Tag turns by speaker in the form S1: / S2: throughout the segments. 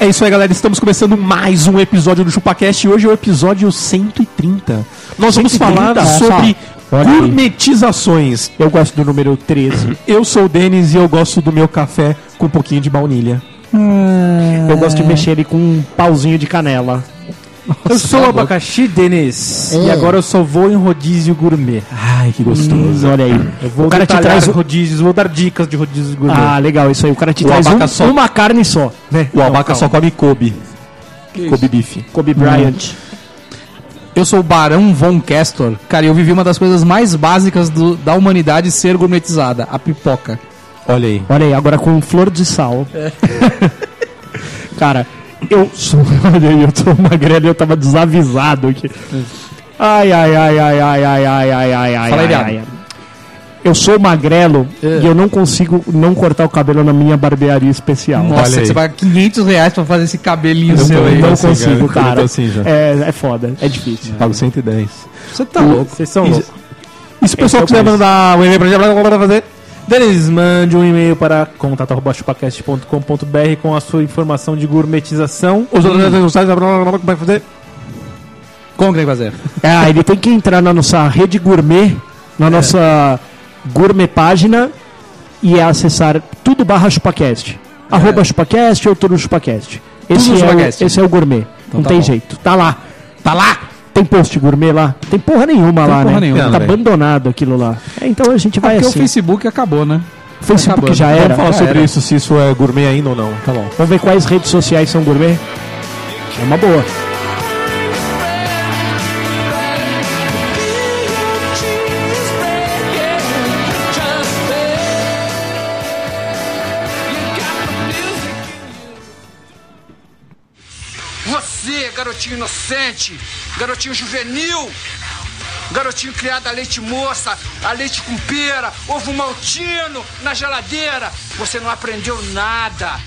S1: É isso aí, galera. Estamos começando mais um episódio do ChupaCast. E hoje é o episódio 130. Nós vamos
S2: 130?
S1: falar sobre
S2: Olha aí.
S1: gourmetizações.
S2: Eu gosto do número 13.
S1: Eu sou o Denis e eu gosto do meu café com um pouquinho de baunilha.
S3: Ah.
S2: Eu gosto de mexer ele com um pauzinho de canela.
S3: Eu sou o abacaxi Denis e agora eu só vou em rodízio gourmet.
S1: Ai, que gostoso.
S2: Hum, Olha aí.
S3: Eu vou
S2: O cara te
S3: detalhar
S2: traz o-
S3: rodízios, vou dar dicas de rodízios gourmet.
S2: Ah, legal, isso aí. O cara te
S1: um- O
S2: traz
S1: abaca
S2: um-
S1: só.
S2: uma carne só, né?
S1: O abaca só come Kobe. Kobe bife.
S2: Kobe Bryant.
S4: Eu sou o Barão Von Castor. Cara, eu vivi uma das coisas mais básicas do- da humanidade ser gourmetizada, a pipoca.
S1: Olha aí.
S2: Olha aí, agora com flor de sal. cara, eu sou. Olha aí, eu sou magrelo e eu tava desavisado aqui. Ai, ai, ai, ai, ai, ai, ai, ai, ai, ai,
S4: Fala aí,
S2: ai,
S4: Iago.
S2: ai. Eu sou magrelo e eu não consigo não cortar o cabelo na minha barbearia especial.
S1: Olha
S4: Nossa,
S1: aí.
S4: você paga 500 reais pra fazer esse cabelinho
S1: Eu
S4: seu
S1: também.
S4: aí.
S2: não
S1: assim, cara. Eu
S2: consigo,
S1: tô
S2: cara.
S1: assim já.
S2: É, é foda, é difícil.
S1: Pago 110.
S4: Você tá louco.
S3: Vocês são loucos.
S1: E se o
S2: é
S1: pessoal quiser mandar um e-mail pra gente, vai fazer.
S3: Denis, mande um e-mail para contato.chupacast.com.br com a sua informação de gourmetização.
S1: Os outros não sabem, como é vai fazer.
S4: Como que tem que fazer?
S2: Ah, ele tem que entrar na nossa rede gourmet,
S4: É.
S2: na nossa gourmet página e acessar tudo barra chupacast. Arroba chupacast ou tudo chupacast. Esse,
S4: É. Tudo
S2: é,
S4: chupacast.
S2: O, esse é o gourmet. Não
S4: tá
S2: tem
S4: bom.
S2: jeito. Tá lá.
S4: Tá lá!
S2: Tem post gourmet lá? Tem porra nenhuma lá,
S4: porra
S2: né?
S4: nenhuma,
S2: tá
S1: velho.
S2: abandonado aquilo lá. É, então a gente vai
S4: Porque
S2: assim.
S4: o Facebook acabou, né?
S2: Facebook
S4: acabando.
S2: já
S1: Vamos
S2: era.
S1: falar
S2: Vamos,
S1: sobre isso, se isso é gourmet ainda ou não. Tá bom.
S2: ver quais redes sociais são gourmet. É uma boa.
S5: Você, garotinho inocente, garotinho juvenil, garotinho criado a leite moça, a leite com pera, ovo maltino na geladeira, você não aprendeu nada.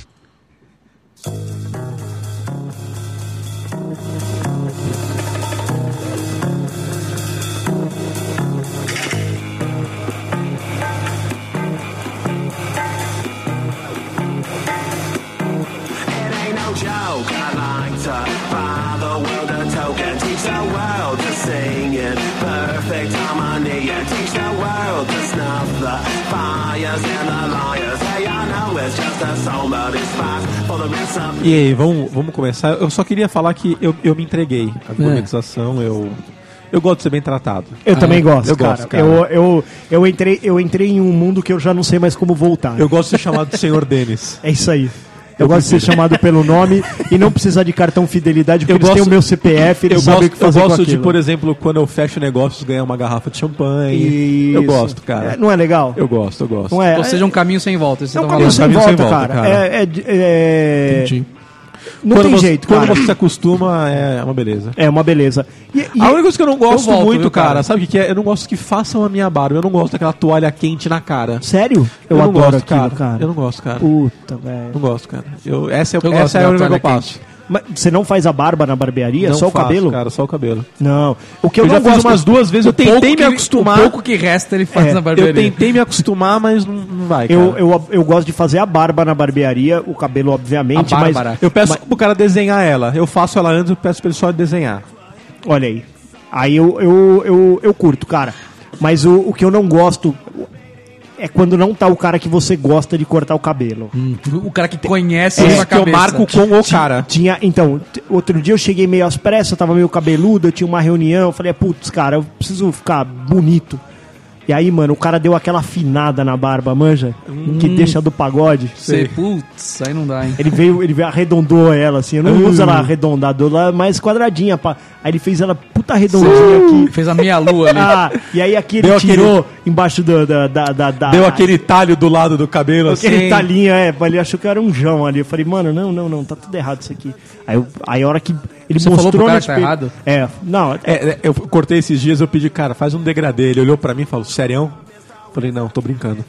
S6: It ain't no joke. I like to buy the world a token. Teach the world to sing in perfect harmony. And teach the world to snuff the fires and the liars. Hey, I know it's just a song, but it's fast for the rest of
S1: E aí, vamos, vamos começar. Eu só queria falar que eu, eu me entreguei à gourmetização, eu, eu gosto de ser bem tratado.
S4: Ah,
S2: Eu também gosto,
S1: eu
S2: cara.
S1: gosto, cara.
S2: Eu, eu, eu, entrei, eu entrei em um mundo que eu já não sei mais como voltar.
S1: Eu gosto de ser chamado de Senhor Denis.
S2: É isso aí. Eu gosto de ser chamado pelo nome e não precisar de cartão fidelidade, porque
S1: Eu
S2: eles têm
S1: gosto-
S2: o meu CPF, eles
S1: Eu
S2: sabem
S1: gosto,
S2: o que fazer
S1: eu
S2: com
S1: gosto de,
S2: aquilo.
S1: por exemplo, quando eu fecho negócios, ganhar uma garrafa de champanhe. Eu
S2: Isso.
S1: gosto, cara.
S2: É, não é legal?
S1: Eu gosto, eu gosto.
S2: Não é?
S4: Ou seja, um caminho sem volta. isso
S2: é
S4: que
S2: um
S4: tá
S2: caminho
S4: falando.
S2: sem
S1: caminho
S2: volta,
S1: sem volta,
S2: cara.
S1: cara.
S2: É, é de- é-
S4: Entendi.
S2: Não
S1: quando
S2: tem
S1: você,
S2: jeito,
S1: Quando
S2: cara.
S1: você se acostuma, é uma beleza.
S2: É uma beleza. E, e-
S1: A única coisa que eu não gosto
S4: volto,
S1: muito,
S4: viu,
S1: cara,
S4: cara?
S1: sabe o que que é? Eu não gosto que façam a minha barba. Eu não gosto daquela toalha quente na cara.
S2: Sério? Eu,
S1: não
S2: adoro
S1: gosto,
S2: aquilo, cara.
S1: Eu não gosto, cara.
S2: Puta, velho.
S1: Não gosto, cara. Eu, essa é,
S4: Eu gosto
S1: essa é a
S4: da
S1: única que eu
S4: toalha
S1: passo.
S2: Mas você não faz a barba na barbearia?
S1: Não
S2: é só o
S1: faço,
S2: cabelo?
S1: Cara, só o cabelo.
S2: Não. O que eu,
S1: Eu,
S2: não
S1: já fiz
S2: gosto...
S1: umas duas vezes, eu
S4: Pouco
S1: tentei
S4: que
S1: me
S4: ele-
S1: acostumar.
S4: O pouco que resta ele faz
S2: É,
S4: na
S1: Eu
S4: barbearia.
S1: tentei me acostumar, mas não, não vai. cara.
S2: Eu, eu, eu gosto de fazer a barba na barbearia, o cabelo, obviamente,
S4: A
S2: mas.
S4: Bárbara.
S1: Eu peço pro cara desenhar ela. Eu faço ela antes, eu peço pra ele só desenhar.
S2: Olha aí. Aí eu, eu, eu, eu curto, cara. Mas o, o que eu não gosto é quando não tá o cara que você gosta de cortar o cabelo.
S4: Hum, O cara que conhece
S1: É,
S4: a
S1: isso
S4: sua
S1: que eu
S4: cabeça.
S1: marco com o cara.
S2: Tinha, então, t- outro dia eu cheguei meio às pressas, eu tava meio cabeludo, eu tinha uma reunião, eu falei, putz, cara, eu preciso ficar bonito. E aí, mano, o cara deu aquela afinada na barba, manja, que deixa do pagode.
S4: Você, putz, aí não dá, hein?
S2: Ele é veio, ele veio, arredondou ela, assim. Eu não uso ela arredondada, eu uso ela mais quadradinha. Pá. Aí ele fez ela, putz, puta redondinho aqui.
S4: Fez a meia lua ali.
S2: Ah, e aí aqui ele
S1: Deu aquele-
S2: tirou embaixo do, da, da, da, da-
S1: Deu aquele talho do lado do cabelo
S2: aquele
S1: assim.
S2: talinho, é, mas ele achou que eu era um jão ali. Eu falei, mano, não, não, não, tá tudo errado isso aqui. Aí, eu- aí a hora que ele
S4: Você falou
S2: mostrou
S4: pro cara
S2: no
S4: que tá
S2: espelho-
S4: errado?
S2: É, não,
S1: É, é, eu cortei esses dias, eu pedi, cara, faz um degradê. Ele olhou pra mim e falou, serião? Falei, não, tô brincando.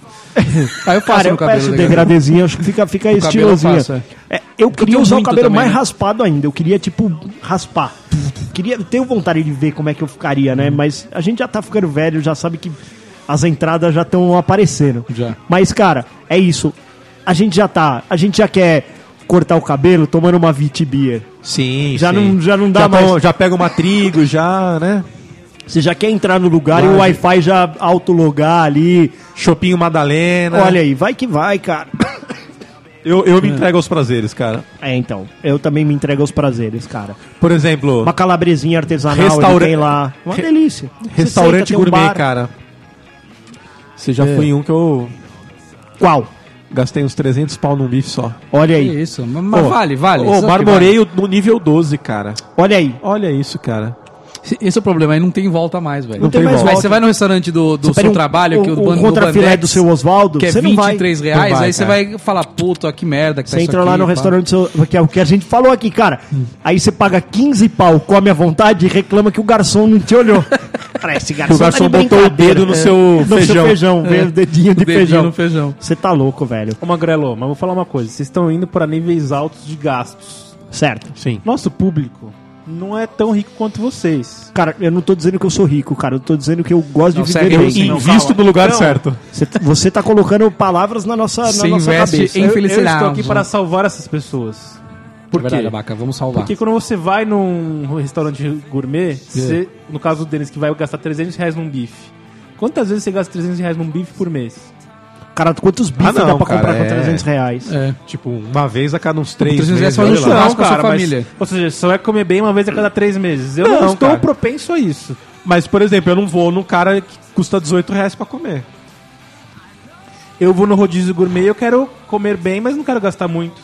S4: Aí eu faço
S2: Cara,
S4: no
S2: eu
S4: cabelo.
S2: peço
S4: tá
S2: o
S4: ligado?
S2: degradezinho, acho que fica, fica
S4: cabelo
S2: estilosinho.
S4: eu faço, é.
S2: É, eu queria
S4: tenho
S2: usar o
S4: muito
S2: cabelo
S4: também,
S2: mais
S4: né?
S2: raspado ainda. Eu queria, tipo, raspar. Queria, tenho vontade de ver como é que eu ficaria, né?
S4: Uhum.
S2: Mas a gente já tá ficando velho, já sabe que as entradas já estão aparecendo.
S4: Já.
S2: Mas, cara, é isso. A gente já tá. A gente já quer cortar o cabelo tomando uma Vitibia.
S1: Sim,
S2: Já não- já não dá
S1: já
S2: mais.
S1: tá- já pega uma trigo, já, né?
S2: Você já quer entrar no lugar e o Wi-Fi já autologar ali.
S1: Chopinho
S4: É.
S1: Madalena. É.
S2: Olha aí, vai que vai, cara.
S1: eu, eu me entrego aos prazeres, cara.
S2: É, então. Eu também me entrego aos prazeres, cara.
S1: Por exemplo,
S2: Uma calabresinha artesanal
S1: Restaura-
S2: ele tem lá. Uma
S1: Re-
S2: delícia. Você
S1: restaurante
S2: senta, tem um
S1: gourmet,
S2: bar.
S1: cara. Você já foi em um que eu
S2: Qual?
S1: gastei uns 300 pau num bife só.
S2: Olha
S4: Que
S2: aí,
S4: É Isso, mas- mas
S1: Ô,
S4: vale, vale.
S1: Ô,
S4: Sabe que
S1: marmoreio no nível 12, cara.
S2: olha aí.
S1: Olha isso, cara.
S4: vale. Esse é o problema, aí não tem volta mais, velho.
S2: Não tem mais
S4: Aí
S2: volta.
S4: você vai no restaurante do, do
S2: Você pede
S4: seu
S2: um-
S4: trabalho, que o,
S2: o- o
S4: ban-
S2: contrafilé do
S4: Bandex,
S2: seu Oswaldo,
S4: que é
S2: você não vai.
S4: 23 reais,
S1: Não vai,
S4: aí você
S1: cara.
S4: vai falar, puta, que merda que tá
S2: Você
S4: isso
S2: entra
S4: aqui,
S2: lá no
S4: pá.
S2: restaurante, seu, que é o que a gente falou aqui, cara. Aí você paga 15 pau, come à vontade e reclama que o garçom não te olhou. Cara, esse garçom,
S1: O garçom
S2: tá de
S1: botou o
S2: brincadeira.
S1: dedo no
S2: É.
S1: seu
S2: No seu
S1: feijão.
S2: feijão, veio o dedinho de
S4: Dedinho
S2: feijão.
S4: no feijão.
S2: Você tá louco, velho.
S3: Ô, Magrelo, mas vou falar uma coisa. Vocês estão indo para níveis altos de gastos.
S2: Certo.
S1: Sim.
S3: Nosso público não é tão rico quanto vocês.
S2: Cara, eu não tô dizendo que eu sou rico, cara. Eu tô dizendo que eu gosto
S4: Não,
S2: de
S4: sério,
S2: viver
S4: eu
S2: bem.
S4: sim. Não,
S1: Invisto
S3: calma.
S1: no lugar
S3: Não.
S1: certo.
S2: Você, você tá colocando palavras na nossa, Ah, na
S4: Se
S2: nossa
S4: investe
S2: cabeça.
S4: em
S3: Eu, eu
S4: Infelicidade.
S3: estou aqui para salvar essas pessoas.
S4: É
S3: Por quê?
S4: verdade, Abaca, vamos salvar.
S3: Porque quando você vai num restaurante
S4: É.
S3: gourmet, você- no caso do Denis, que vai gastar 300 reais num bife. Quantas vezes você gasta 300 reais num bife por mês?
S2: Cara, quantos bifes
S1: Ah, não,
S2: dá pra
S1: cara,
S2: comprar com
S1: é.
S2: 300 reais?
S4: É.
S1: Tipo, uma vez a cada uns três
S4: 300
S1: meses.
S4: reais faz um
S1: olha lá.
S4: churrasco. com a sua família.
S3: Então, Ou seja, só é comer bem uma vez a cada três meses. Eu não,
S1: Não,
S3: estou
S1: cara.
S3: propenso a isso.
S1: Mas, por exemplo, eu não vou num cara que custa 18 reais pra comer.
S3: Eu vou no rodízio gourmet e eu quero comer bem, mas não quero gastar muito.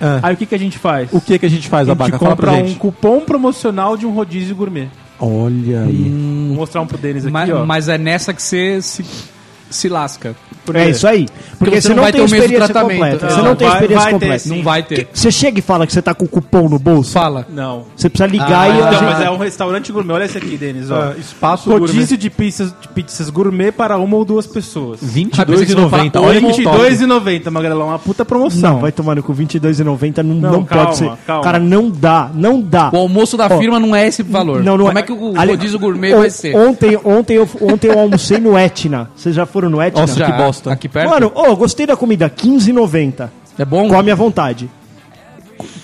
S4: É.
S3: Aí o que, que a gente faz?
S1: O que que a gente faz,
S3: É. a gente
S1: Abaca? Fala
S3: compra
S1: pra
S3: um
S1: gente.
S3: cupom promocional de um rodízio gourmet.
S1: Olha aí.
S3: Vou mostrar um pro Denis aqui,
S4: mas,
S3: ó.
S4: mas é nessa que você se, se lasca.
S2: É isso aí. Porque você
S4: você não
S2: não
S4: vai
S2: tem
S4: ter o mesmo
S2: experiência
S4: tratamento.
S2: completa. Você
S4: Não,
S2: não tem
S3: vai-
S2: experiência
S3: vai ter
S2: completa.
S3: sim.
S4: Não vai ter.
S2: Você chega e fala que você tá com o cupom no bolso.
S4: Fala.
S3: Não.
S2: Você precisa ligar
S4: Ah,
S2: e. a
S3: Então,
S2: gente-
S3: mas é um restaurante gourmet. Olha esse aqui, Denis, ó.
S1: Ah, espaço
S3: Rodízio de pizzas, de pizzas gourmet para uma ou duas pessoas.
S4: Ah, pensei que você ia falar
S1: 22,90.
S4: hoje,
S1: Olha que top.
S3: 22,90, Magrelão. Uma puta promoção.
S2: Não, vai tomar no cu 22,90 não,
S3: Não,
S2: não
S3: calma,
S2: pode ser.
S3: calma.
S2: Cara, não dá, não dá.
S4: O almoço da
S2: Ó,
S4: firma não é esse valor.
S2: Não, não
S4: Como é que o
S2: Ali-
S4: rodízio gourmet
S2: on-
S4: vai ser?
S2: Ontem, ontem, eu, ontem eu almocei no Etna. Vocês já foram no Etna?
S4: Nossa,
S1: que bosta.
S4: Aqui perto?
S2: Mano, ô, gostei da comida, 15,90.
S4: é bom?
S2: Come à vontade.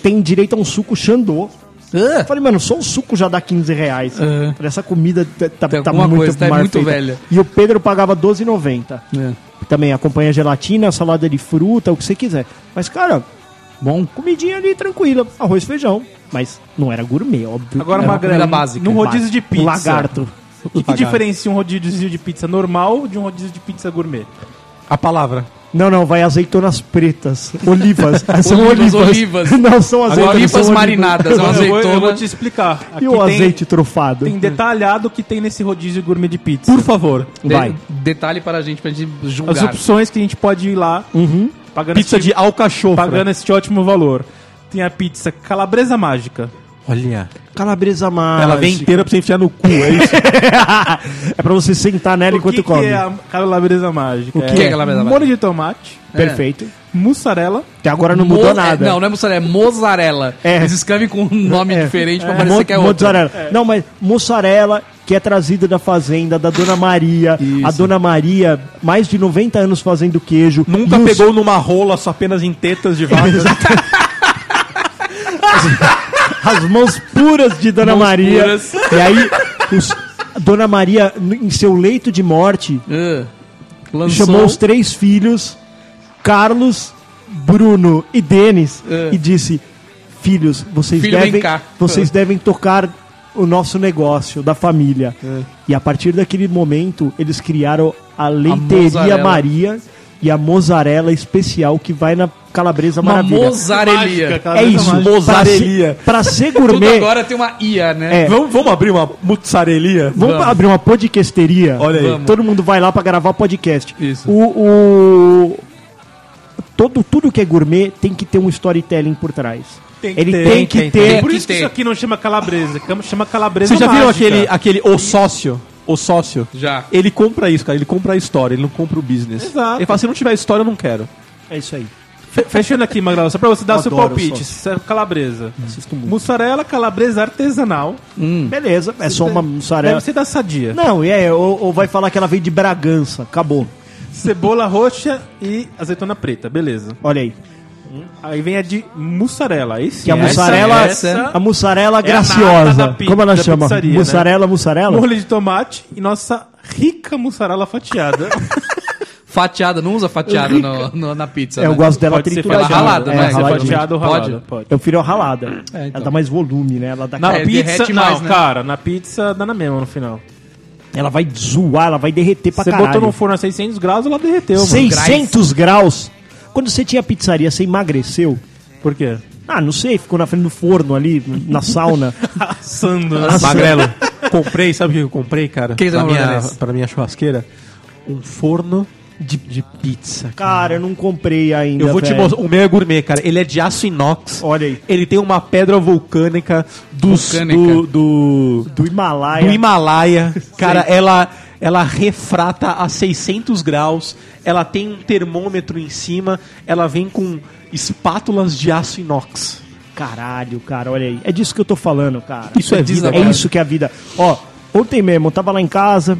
S2: Tem direito a um suco Xandô.
S4: Ah,
S2: Eu falei, mano, só o suco já dá 15 reais.
S4: É.
S2: Falei, Essa comida tá, tá,
S4: Tem
S2: tá
S4: alguma
S2: muito
S4: coisa, tá
S2: mal
S4: muito
S2: feita.
S4: velha.
S2: E o Pedro pagava 12,90.
S4: é.
S2: Também acompanha gelatina, salada de fruta, o que você quiser. Mas, cara,
S4: Bom.
S2: comidinha ali tranquila, arroz e feijão. Mas não era gourmet, óbvio.
S3: Agora,
S2: Era
S4: uma
S3: Magrelão,
S4: comida básica.
S3: num rodízio de
S2: um
S3: pizza.
S2: Lagarto.
S3: O que, que diferencia um rodízio de pizza normal de um rodízio de pizza gourmet?
S1: A palavra.
S2: Não, não, vai azeitonas pretas. Olivas. Ah, são
S4: Olivas,
S2: olivas.
S4: olivas.
S2: Não, são azeitonas.
S4: Olivas
S2: são
S4: marinadas, é uma
S3: eu, vou, eu
S4: azeitona.
S3: vou te explicar. Aqui
S2: E o azeite trufado?
S3: Tem detalhado o que tem nesse rodízio gourmet de pizza.
S1: Por favor.
S4: De-
S2: Vai.
S4: Detalhe para a gente, pra gente julgar.
S3: As opções que a gente pode ir lá
S2: Uhum.
S3: pagando,
S1: Pizza
S3: este,
S1: de alcachofra.
S3: pagando este ótimo valor. Tem a pizza calabresa mágica.
S1: Olha.
S2: Calabresa mágica.
S1: Ela vem inteira pra você enfiar no cu, é isso?
S2: é pra você sentar nela
S3: o
S2: enquanto
S3: que,
S2: come.
S3: que é a calabresa mágica?
S2: O que
S4: é calabresa
S3: molho de tomate,
S2: Perfeito.
S3: mussarela,
S2: Até agora não
S4: Mo-
S2: mudou
S4: é,
S2: nada.
S4: não, não é mussarela, é mozzarella.
S2: É.
S4: Eles escrevem com um nome
S2: É.
S4: diferente pra
S2: É.
S4: parecer
S2: Mo-
S4: que é outro.
S2: Mozzarella. Não, mas mussarela que é trazida da fazenda, da Dona Maria. A Dona Maria, mais de 90 anos fazendo queijo.
S1: Nunca
S2: Mus-
S1: pegou numa rola, só apenas em tetas de vacas.
S2: as mãos puras de Dona
S4: Mãos
S2: Maria.
S4: puras.
S2: E aí, os- Dona Maria, n- em seu leito de morte,
S4: Ah, lançou
S2: chamou os três filhos, Carlos, Bruno e Denis,
S4: É.
S2: e disse: Filhos, vocês,
S4: Filho, vem
S2: devem,
S4: cá." É.
S2: vocês devem tocar o nosso negócio da família.
S4: É.
S2: E a partir daquele momento, eles criaram a Leiteria
S4: mozzarella.
S2: Maria e a mozzarella especial que vai na calabresa
S4: Uma
S2: maravilha.
S4: mozarelia.
S3: Mágica, cara.
S2: É isso.
S3: Mágica.
S2: Mozarelia. Pra ser
S4: Tudo
S2: gourmet,
S4: agora tem uma IA, né?
S2: É.
S1: Vamos, vamos abrir uma mozzarelia?
S2: vamos,
S4: Vamos.
S2: abrir uma podcasteria.
S1: Olha aí.
S4: Vamos.
S2: Todo mundo vai lá pra gravar podcast.
S4: Isso.
S2: O, o- todo tudo que é gourmet tem que ter um storytelling por trás. Ele tem que ter.
S4: tem.
S3: Por
S4: que
S3: isso que
S4: ter.
S3: isso aqui não chama calabresa, chama- chama calabresa
S1: Vocês já viram
S3: mágica.
S1: aquele, aquele O Sócio? O Sócio?
S4: Já.
S1: Ele compra isso, cara. Ele compra a história, ele não compra o business.
S3: Exato.
S1: Ele fala, se não tiver história, eu não quero.
S2: É isso aí.
S3: Fe- Fechando aqui, Magrela, só pra você dar o seu
S2: Adoro Hum.
S3: palpite. se- Calabresa. Mussarela, calabresa artesanal.
S2: Beleza, é só uma mussarela.
S3: Deve ser da sadia.
S2: Não, e é, ou, ou vai falar que ela veio de Bragança. Acabou.
S3: Cebola roxa e azeitona preta, beleza.
S2: Olha aí.
S3: Aí vem a de mussarela. Aí sim.
S2: Que é a
S3: essa-
S2: mussarela-
S3: essa-
S2: A mussarela
S3: É a nata
S2: graciosa.
S3: da pi-
S2: Como ela
S3: da
S2: chama?
S3: pizzaria, né?
S2: mussarela, mussarela?
S3: Molho de tomate e nossa rica mussarela fatiada.
S4: Fatiada, não usa fatiada no- no- na pizza.
S2: É, eu
S4: né?
S2: gosto dela
S3: ser
S2: trituradinha.
S4: fatiada, ralada,
S2: é,
S4: né?
S3: Pode ser
S4: Ralada
S2: raladinha.
S3: fatiada ou
S4: Pode.
S3: ralada. Pode.
S2: Eu prefiro ralada.
S4: então.
S2: Ela dá mais volume, né? Ela, dá
S3: Na
S2: aquela-
S4: É,
S3: pizza,
S4: derrete
S3: não,
S4: mais, né?
S3: cara. Na pizza dá na mesma no final.
S2: ela vai zoar, ela vai derreter pra
S3: Você
S2: caralho.
S3: botou no forno a 600 graus, ela derreteu. mano.
S2: 600 graus. Quando você tinha pizzaria, você emagreceu.
S3: Por quê?
S2: Ah, não sei, ficou na frente do forno ali, na sauna.
S3: Assando. né?
S1: Magrelo, comprei, sabe o que eu comprei, cara?
S4: Quem
S1: pra,
S4: tá
S1: minha,
S4: mandando esse?
S1: pra minha churrasqueira? Um forno de, de pizza.
S2: Cara, eu não comprei ainda.
S1: Eu vou te
S2: velho.
S1: mostrar. O meu é gourmet, cara. Ele é de aço inox.
S2: Olha aí.
S1: Ele tem uma pedra vulcânica, dos,
S4: Vulcânica.
S1: do- do,
S2: Do Himalaia.
S1: do Himalaia. Cara, ela ela refrata a 600 graus, ela tem um termômetro em cima, ela vem com espátulas de aço inox.
S2: Caralho, cara, olha aí. É disso que eu tô falando, cara.
S1: Isso é vida,
S2: É
S1: cara.
S2: isso que é a vida. Ó, ontem mesmo, eu tava lá em casa,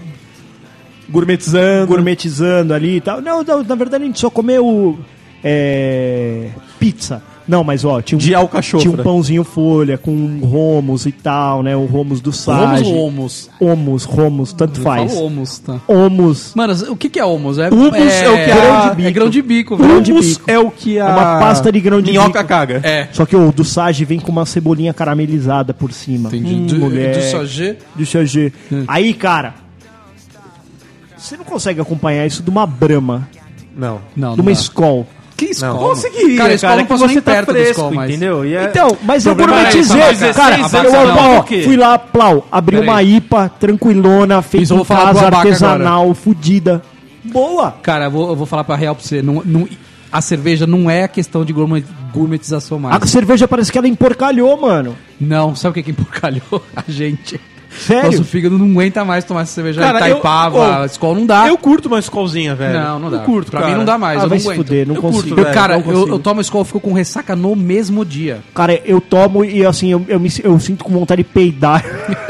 S1: Gourmetizando.
S2: gourmetizando ali e tal. Não, não, na verdade a gente só comeu é, pizza. Não, mas ó, tinha um,
S1: De alcachofra.
S2: tinha um pãozinho folha com um romos e tal, né? O romos do
S4: Homos
S2: Sage.
S4: ou homos?
S2: Homos, romos, tanto faz.
S4: Fala homos, tá.
S2: Homos.
S4: Mano, o que, que é homos? É,
S1: Hummus é o que
S4: grão
S1: a-
S4: de bico. É grão de bico,
S2: Grão de
S4: velho.
S1: Hummus
S2: bico.
S1: é o que a
S2: É uma pasta de grão de
S1: minhoca
S2: bico.
S1: caga.
S4: É.
S2: Só que o do Sage vem com uma cebolinha caramelizada por cima.
S4: Entendi.
S2: Hum,
S4: Do-
S2: moleque.
S4: do É. sachê.
S2: Do sachê. Aí, cara, você não consegue acompanhar isso de uma brama,
S1: Não.
S4: Não,
S2: de
S4: Ah, não
S2: uma
S4: dá.
S2: escola.
S4: Que escola?
S1: Não.
S4: Conseguiria, cara. Escola
S2: É
S4: não passou
S2: tá
S4: nem perto do escola, mas...
S3: entendeu? E é-
S2: Então, mas eu
S3: Problema
S2: gourmetizei,
S4: é esse, mas
S2: cara.
S4: dezesseis
S2: eu,
S4: anos,
S2: ó,
S3: por quê?
S2: fui lá, plau, abri
S4: Peraí.
S2: uma IPA tranquilona,
S4: Isso
S2: feita
S4: eu
S2: em
S4: vou falar pro
S2: casa,
S4: Abaca
S2: artesanal, fudida. Boa!
S4: Cara, eu vou, eu vou falar pra real pra você. Não, não- a cerveja não é a questão de gourmet- gourmetização mais.
S2: A cerveja parece que ela emporcalhou, mano.
S4: Não, sabe o que que empurcalhou? A gente.
S2: Sério?
S4: Nosso fígado não aguenta mais tomar essa cerveja
S1: Cara, eu-
S4: Itaipava,
S1: ô,
S4: Skol não dá.
S1: Eu curto uma escolzinha, velho.
S4: Não, não dá.
S1: Eu curto,
S4: pra
S1: cara.
S4: mim não dá mais,
S2: Ah,
S4: eu não
S2: vai se
S4: aguento.
S2: fuder, não
S1: Eu
S2: consigo.
S1: curto,
S4: Eu, cara,
S2: não
S4: eu,
S2: consigo.
S4: eu tomo Skol e fico com ressaca no mesmo dia.
S2: Cara, eu tomo e assim, eu, eu me, eu sinto com vontade de peidar.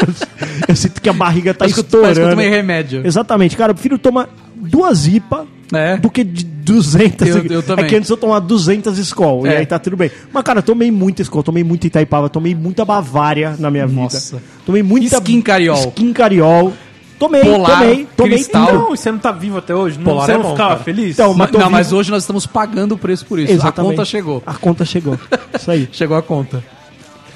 S2: eu sinto que a barriga tá
S4: Parece que eu-
S2: estourando.
S4: parece que eu tomei remédio.
S2: Exatamente, cara, eu prefiro tomar duas IPA
S4: É.
S2: do que de 200.
S4: Eu- eu também.
S2: É que antes eu tomava 200 Skol, e
S4: É.
S2: aí tá tudo bem. Mas, cara, eu tomei muita Skol, tomei muita Itaipava, tomei muita Bavária na minha
S4: Nossa.
S2: vida. Tomei muita...
S4: Skin Cariol.
S2: Skin Cariol. Tomei,
S4: Polar,
S2: tomei, tomei
S4: Cristal.
S2: tudo.
S3: Não, você não tá vivo até hoje? Não,
S1: Polar
S3: você
S1: é
S3: não
S1: bom,
S3: ficava
S1: cara.
S3: feliz?
S2: Então,
S4: Ma-
S2: mas tô
S4: não,
S2: vivo.
S4: mas hoje nós estamos pagando o preço por isso.
S2: Exatamente.
S4: A conta chegou.
S2: A conta chegou. Isso aí.
S4: Chegou a conta.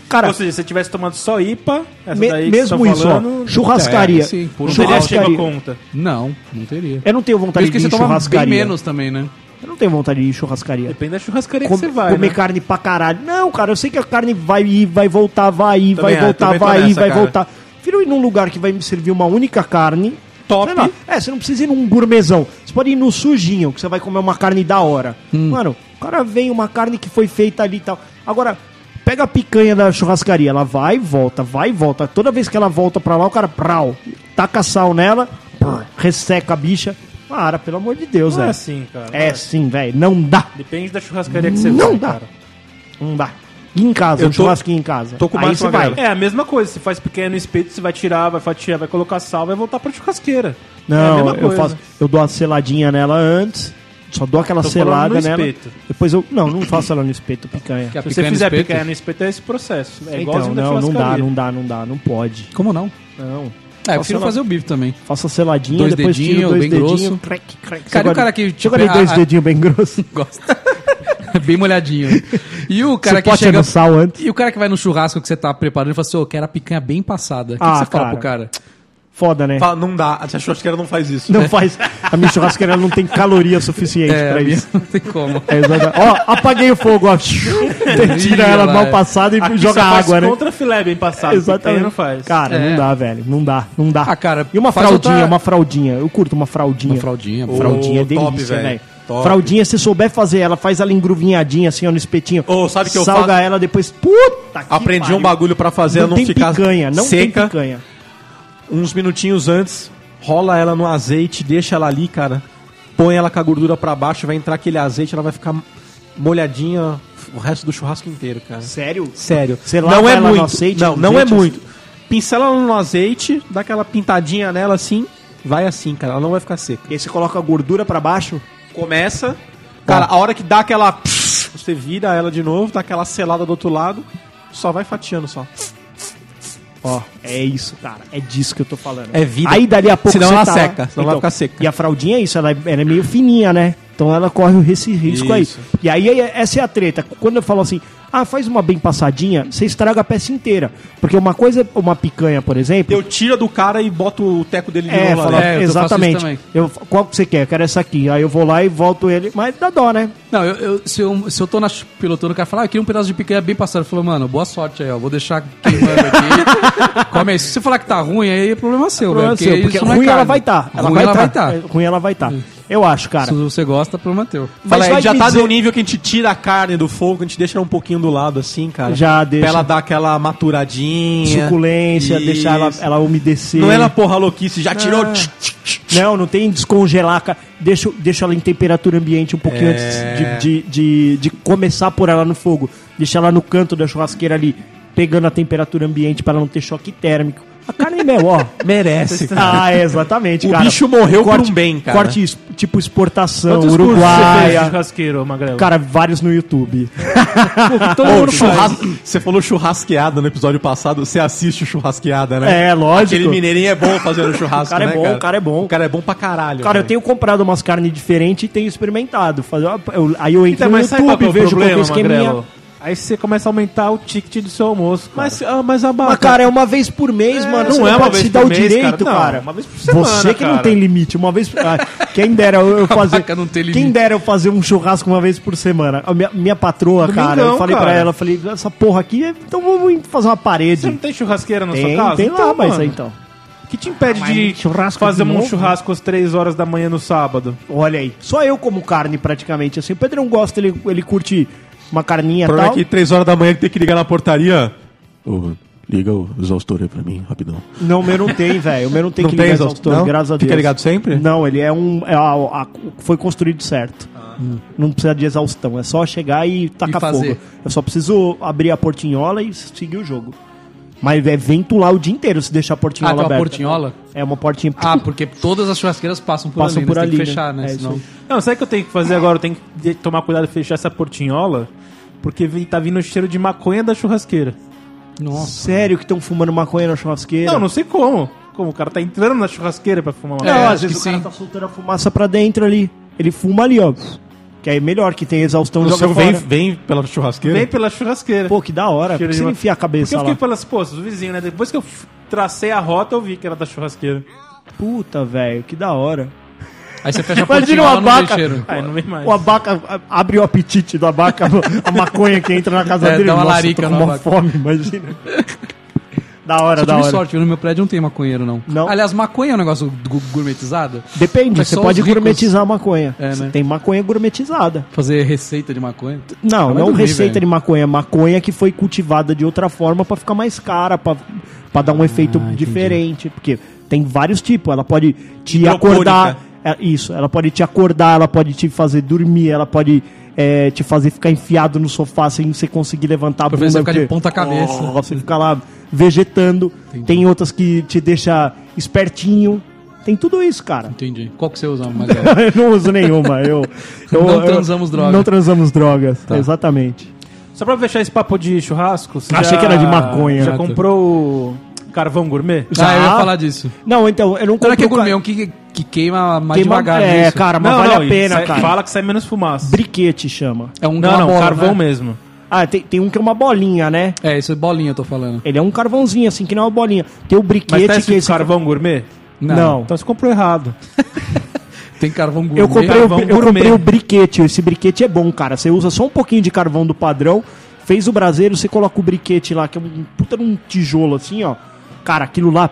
S2: Cara,
S3: Ou seja, se você tivesse tomado só IPA, essa
S2: me-
S3: daí que
S2: mesmo
S3: você tá
S2: isso,
S3: falando,
S2: ó, churrascaria.
S4: é, sim, por um
S3: não teria chego a
S2: churrascaria.
S3: conta.
S4: Não, não teria.
S2: Eu não tenho
S4: Por
S2: vontade
S4: isso
S2: de
S4: que
S2: ir
S4: você
S2: em
S4: toma bem
S2: É, tá churrascaria.
S4: menos também, né?
S2: Eu não tenho vontade de ir em churrascaria.
S3: Depende da churrascaria
S2: Com-
S3: que você vai,
S2: comer
S3: né?
S2: carne pra caralho. Não, cara, eu sei que a carne vai ir, vai voltar, vai
S1: Também
S2: ir, vai
S1: é,
S2: voltar,
S1: também tô
S2: vai ir,
S1: nessa,
S2: vai
S1: cara.
S2: voltar. Prefiro ir num lugar que vai me servir uma única carne.
S1: Top.
S2: Sei lá. É, você não precisa ir num gourmetzão. Você pode ir no sujinho, que você vai comer uma carne da hora.
S3: Hum.
S2: Mano, o cara vem uma carne que foi feita ali e tal. Agora, pega a picanha da churrascaria. Ela vai e volta, vai e volta. Toda vez que ela volta pra lá, o cara, prau, taca sal nela, prr, resseca a bicha. Cara, pelo amor de Deus,
S3: Não é
S2: velho.
S3: assim, cara.
S2: É sim, velho. Não dá.
S3: Depende da churrascaria que você
S2: Não
S3: vai,
S2: dá.
S3: cara.
S2: Não dá. E em casa,
S1: Eu
S2: um
S1: tô-
S2: churrasquinho em casa.
S1: tô com
S2: Aí
S1: mais
S2: você
S1: uma
S2: vai.
S1: grana.
S3: É a mesma coisa, você faz pequeno espeto, você vai tirar, vai fatiar, vai colocar sal, vai voltar pra churrasqueira. é a
S2: Não,
S3: mesma
S2: eu
S3: coisa.
S2: faço. Eu dou a seladinha nela antes. Só dou aquela
S3: Tô falando
S2: selada
S3: no
S2: nela.
S3: espeto.
S2: Depois eu. Não, não faço ela no espeto, picanha.
S4: Que a
S3: Se você
S4: picanha no
S3: fizer
S4: espeto-
S3: pequeno espeto, é esse processo. É
S2: então,
S3: igualzinho da
S2: não, não dá,
S3: churrascaria.
S2: não dá, não dá, não pode.
S4: Como não?
S2: Não.
S4: É, eu
S2: Faço
S4: prefiro
S2: ela-
S4: fazer o bife também.
S2: Faço a seladinha,
S4: Dois
S2: depois
S4: dedinhos,
S2: tiro dois
S4: bem grosso.
S2: dedinhos. Crack, crack.
S4: Cara, e o
S2: Você
S4: cara
S2: guarda-
S4: que, tipo,
S2: Você guarda
S4: a-
S2: dois
S4: a-
S2: dedinhos bem grossos.
S4: Gosto. Bem molhadinho. né? E o cara
S2: Você
S4: que
S2: pode
S4: chega.
S2: é no sal antes.
S4: E o cara que vai no churrasco que você tá preparando e fala assim, ô, quero a picanha bem passada. O que,
S2: Ah,
S4: que você fala
S2: cara.
S4: pro cara?
S2: Foda, né?
S1: Fala, não dá, a churrasqueira não faz isso.
S2: Não faz. A minha churrasqueira não tem caloria suficiente
S4: É,
S2: pra
S4: a minha
S2: isso.
S4: não tem como.
S2: É, exata- ó, apaguei o fogo, ó. Tira ela
S4: lá,
S2: mal
S4: é.
S2: passada e
S3: Aqui
S2: joga
S3: só faz
S2: água, né?
S3: contra filé bem passado.
S2: Exatamente.
S3: Aí não faz.
S2: Cara,
S4: É.
S2: não dá, velho. Não dá, não dá.
S4: Ah, cara,
S2: e uma
S4: faz
S2: fraldinha,
S4: outra-
S2: uma fraldinha. Eu curto uma fraldinha.
S4: Uma fraldinha,
S1: Ô,
S2: Fraldinha é delícia,
S1: top, velho.
S2: velho.
S1: Top.
S2: Fraldinha, se souber fazer, ela faz ela engruvinhadinha, assim, ó, no espetinho.
S1: Ô, sabe que eu
S2: Salga
S1: faço?
S2: ela depois. Puta que
S1: Aprendi
S2: pariu.
S1: um bagulho pra fazer,
S2: não,
S1: ela não
S2: tem
S1: ficar
S2: picanha, não tem
S1: seca.
S2: picanha.
S1: uns minutinhos antes, rola ela no azeite, deixa ela ali, cara. Põe ela com a gordura pra baixo, vai entrar aquele azeite, ela vai ficar molhadinha o resto do churrasco inteiro, cara.
S2: Sério?
S1: Sério.
S2: Você
S1: não
S2: lava
S1: é
S2: ela no
S1: muito.
S2: azeite,
S1: não,
S2: no
S1: não é
S2: azeite,
S1: muito. Pincela ela no azeite, dá aquela pintadinha nela assim, vai assim, cara. Ela não vai ficar seca.
S2: E aí você coloca a gordura pra baixo.
S1: Começa, cara,
S2: Tá.
S1: a hora que dá aquela. Você vira ela de novo, dá aquela selada do outro lado, só vai fatiando só.
S2: Ó, é isso, cara. É disso que eu tô falando.
S1: É vida.
S2: Aí dali a pouco
S1: Senão
S2: você
S1: ela
S2: tá
S1: seca,
S2: lá-
S1: senão ela fica seca.
S2: E a fraldinha é isso, ela é, ela é meio fininha, né? Então ela corre esse risco aí.
S1: Isso.
S2: E aí aí, essa é a treta. Quando eu falo assim, ah, faz uma bem passadinha, você estraga a peça inteira. Porque uma coisa, é uma picanha, por exemplo,
S1: Eu tiro do cara e boto o teco dele de
S2: é,
S1: novo lá
S2: fala,
S1: dentro.
S4: É, eu faço isso
S2: exatamente.
S4: também.
S2: Eu, qual que você quer? Eu quero essa aqui. Aí eu vou lá e volto ele, mas dá dó, né?
S4: Não, eu, eu- se, eu, se eu tô na ch- pilotando, o cara fala, ah, eu queria um pedaço de picanha bem passado. Eu falo, mano, boa sorte aí, ó. Vou deixar queimando aqui. Come aí. Se você falar que tá ruim, aí é problema seu,
S2: Problema
S4: velho.
S2: seu, porque
S4: isso não é
S2: ruim ela
S4: carne.
S2: vai estar. Ela
S4: ruim
S2: vai
S4: ela vai
S2: tá.
S4: estar.
S2: É, Ruim ela vai estar. Eu acho, cara.
S4: Se você gosta, é problema teu.
S1: Fala,
S2: Mas
S1: aí,
S2: vai
S1: já
S2: me
S1: tá
S2: dizer-
S1: no nível que a gente tira a carne do fogo, a gente deixa ela um pouquinho do lado, assim, cara.
S2: Já deixa.
S1: Pra ela dar aquela maturadinha.
S2: Suculência,
S1: Isso.
S2: deixar ela, ela umedecer.
S1: Não é ela porra louquice, já tirou.
S2: Ah,
S1: tch, tch, tch, tch.
S2: Não, não tem descongelar. cara. Deixa, deixa ela em temperatura ambiente um pouquinho
S3: É.
S2: antes de, de, de- de começar a pôr ela no fogo. Deixa ela no canto da churrasqueira ali, pegando a temperatura ambiente para não ter choque térmico. A carne, meu, ó.
S1: Merece, cara.
S2: Ah, é, exatamente,
S1: O
S2: cara.
S1: bicho morreu por um bem, cara.
S2: Corte es- tipo exportação,
S3: Quantos cursos você fez de É.
S2: Uruguaia.
S3: churrasqueiro, Magrelo?
S2: Cara, vários no YouTube.
S1: Ô, churras- Você falou churrasqueada no episódio passado, você assiste o churrasqueada, né?
S2: É, lógico.
S1: Aquele mineirinho é bom fazendo churrasco,
S2: O cara é
S1: né,
S2: bom, o cara é bom.
S1: O cara é bom pra caralho.
S2: Cara, eu
S1: velho.
S2: tenho comprado umas carnes diferentes e tenho experimentado. Fazer, eu- aí eu entro
S3: Então,
S2: no
S3: mas sabe qual que
S2: YouTube,
S3: é o
S2: vejo qual que é o
S3: problema,
S2: esqueminha.
S3: Magrelo? Aí você começa a aumentar o ticket do seu almoço, cara.
S1: Mas, ah, mas a
S2: Mas,
S1: barra.
S2: cara, é uma vez por mês, mano.
S3: não
S2: Você
S3: é uma
S2: pode
S3: vez
S2: se
S3: por
S2: dar o
S3: mês,
S2: direito,
S3: cara.
S2: cara.
S3: Não, uma vez por semana,
S2: Você que não
S3: cara.
S2: tem limite. Uma vez por... Ah, Quem dera eu, eu fazer...
S4: vaca não tem limite.
S2: Quem dera eu fazer um churrasco uma vez por semana. A minha, minha patroa,
S3: Domingão,
S2: cara, eu falei pra
S3: cara.
S2: ela, eu falei, essa porra aqui, é- então vamos fazer uma
S3: Você não
S2: parede.
S3: tem churrasqueira na
S2: Tem,
S3: sua casa?
S2: tem lá,
S3: Então,
S2: mas
S3: mano,
S2: aí então.
S3: O que te impede
S2: Mas
S3: de
S2: churrasco
S3: fazer
S2: de
S3: um
S2: novo?
S3: churrasco às 3 horas da manhã no sábado?
S2: Olha aí. Só eu como carne, praticamente. Assim, o Pedro não gosta, ele, ele curte uma
S1: O
S2: carninha e tal.
S1: problema é que 3 horas da manhã que tem que ligar na portaria.
S7: Ô, liga o exaustor aí pra mim, rapidão.
S2: Não, o meu não tem, velho. O meu não tem
S1: Não
S2: que
S1: tem
S2: ligar
S1: exaustor,
S2: exaustor,
S1: não?
S2: graças a Deus.
S1: Fica ligado sempre?
S2: Não, ele é um. é a- a- foi construído certo. Hum. Não precisa de exaustão, é só chegar e tacar
S4: fazer.
S2: fogo. Eu só preciso abrir a portinhola e seguir o jogo. Mas é vento lá o dia inteiro se deixar a
S4: Ah,
S2: portinhola
S4: tem uma
S2: aberta.
S4: portinhola?
S2: É uma portinha.
S4: Ah, porque todas as churrasqueiras passam por
S2: Passam
S4: ali,
S2: por
S4: né? tem
S2: ali,
S4: que fechar, né?
S2: né? É
S4: Senão...
S2: isso
S3: Não, sabe o que eu tenho que fazer agora? Eu tenho que de- tomar cuidado e fechar essa portinhola, porque vi- tá vindo o cheiro de maconha da churrasqueira.
S4: Nossa.
S2: Sério que estão fumando maconha na churrasqueira?
S3: Não, não sei como. Como o cara tá entrando na churrasqueira pra fumar
S4: É,
S3: maconha.
S2: Não,
S4: acho
S2: às vezes
S4: que
S2: o cara
S4: sim.
S2: tá soltando a fumaça pra dentro ali. Ele fuma ali, ó. Que aí é melhor, que tem exaustão
S1: O
S2: joga
S1: seu
S2: fora.
S1: vem, vem pela churrasqueira.
S3: Vem pela churrasqueira.
S2: Pô, que da hora. Por
S3: Cheiro
S2: que
S3: de
S2: você não
S3: ma-
S2: enfia a
S3: Porque
S2: cabeça
S3: eu
S2: lá?
S3: fiquei pelas poças, do vizinho, né? Depois que eu f- tracei a rota, eu vi que era da churrasqueira.
S2: Puta, velho, que da hora.
S4: Aí você fecha a
S2: Imagina uma
S4: portinhola, não tem
S2: vaca.
S4: cheiro.
S3: Aí não vem mais.
S2: O abaca a- abre o apetite do abaca, a maconha que entra na casa
S4: É,
S2: dele.
S4: dá uma
S2: Nossa,
S4: larica
S2: tô com
S4: no
S2: uma
S4: abaca.
S2: fome, imagina. da hora,
S4: Só
S2: da
S4: tive
S2: hora.
S4: sorte, viu? no meu prédio não tem maconheiro, não.
S2: Não.
S4: Aliás, maconha é um negócio gu- gourmetizado?
S2: Depende,
S4: Mas
S2: você
S4: só
S2: pode
S4: os ricos-
S2: gourmetizar a maconha.
S4: É,
S2: Você
S4: né?
S2: Tem maconha gourmetizada.
S4: Fazer receita de maconha?
S2: Não,
S4: vai
S2: não
S4: dormir,
S2: receita
S4: velho.
S2: de maconha. Maconha que foi cultivada de outra forma pra ficar mais cara, pra pra dar
S4: Ah,
S2: um efeito diferente. Porque tem vários tipos. Ela pode te
S1: Hidropônica.
S2: acordar. é, isso, ela pode te acordar, ela pode te fazer dormir, ela pode é, te fazer ficar enfiado no sofá sem você conseguir levantar a
S4: Pra fazer você ficar de
S2: porque-
S4: ponta cabeça.
S2: Oh, você fica lá vegetando. Tem outras que te deixa espertinho. Tem tudo isso, cara.
S4: Entendi. Qual que você usa, Magalhães?
S2: eu não uso nenhuma. Eu, eu-
S4: Não
S2: eu-
S4: transamos drogas. Tá.
S2: Não transamos drogas, exatamente.
S3: Só pra fechar esse papo de churrasco, você
S2: Achei que era de maconha,
S3: Já
S4: Arthur.
S3: comprou o carvão gourmet?
S4: Ah, eu ia
S2: Já.
S4: falar disso.
S2: Não, então, eu não
S4: Será que é
S2: compro
S4: gourmet? Um que, que queima mais
S2: queima-
S4: devagar. não
S2: É,
S4: isso?
S2: cara, mas vale a pena,
S3: sai-
S2: cara.
S3: Fala que sai menos fumaça.
S2: Briquete chama.
S4: É um
S3: Não,
S4: uma
S3: não,
S4: bola,
S3: carvão
S4: né?
S3: mesmo.
S2: Ah, tem, tem um que é uma bolinha, né?
S4: É, isso é bolinha, eu tô falando.
S2: Ele é um carvãozinho, assim, que não é uma bolinha. Tem o
S3: Mas
S2: briquete
S3: tá
S2: que é
S3: escrito
S2: esse...
S3: carvão gourmet?
S2: Não.
S3: Então você comprou errado.
S4: Tem carvão gourmet.
S2: Eu comprei, um- o,
S3: Carvão
S2: eu comprei
S3: gourmet.
S2: o briquete. Esse briquete é bom, cara. Você usa só um pouquinho de carvão do padrão, fez o braseiro, você coloca o briquete lá, que é um puta de um tijolo assim, ó. Cara, aquilo lá.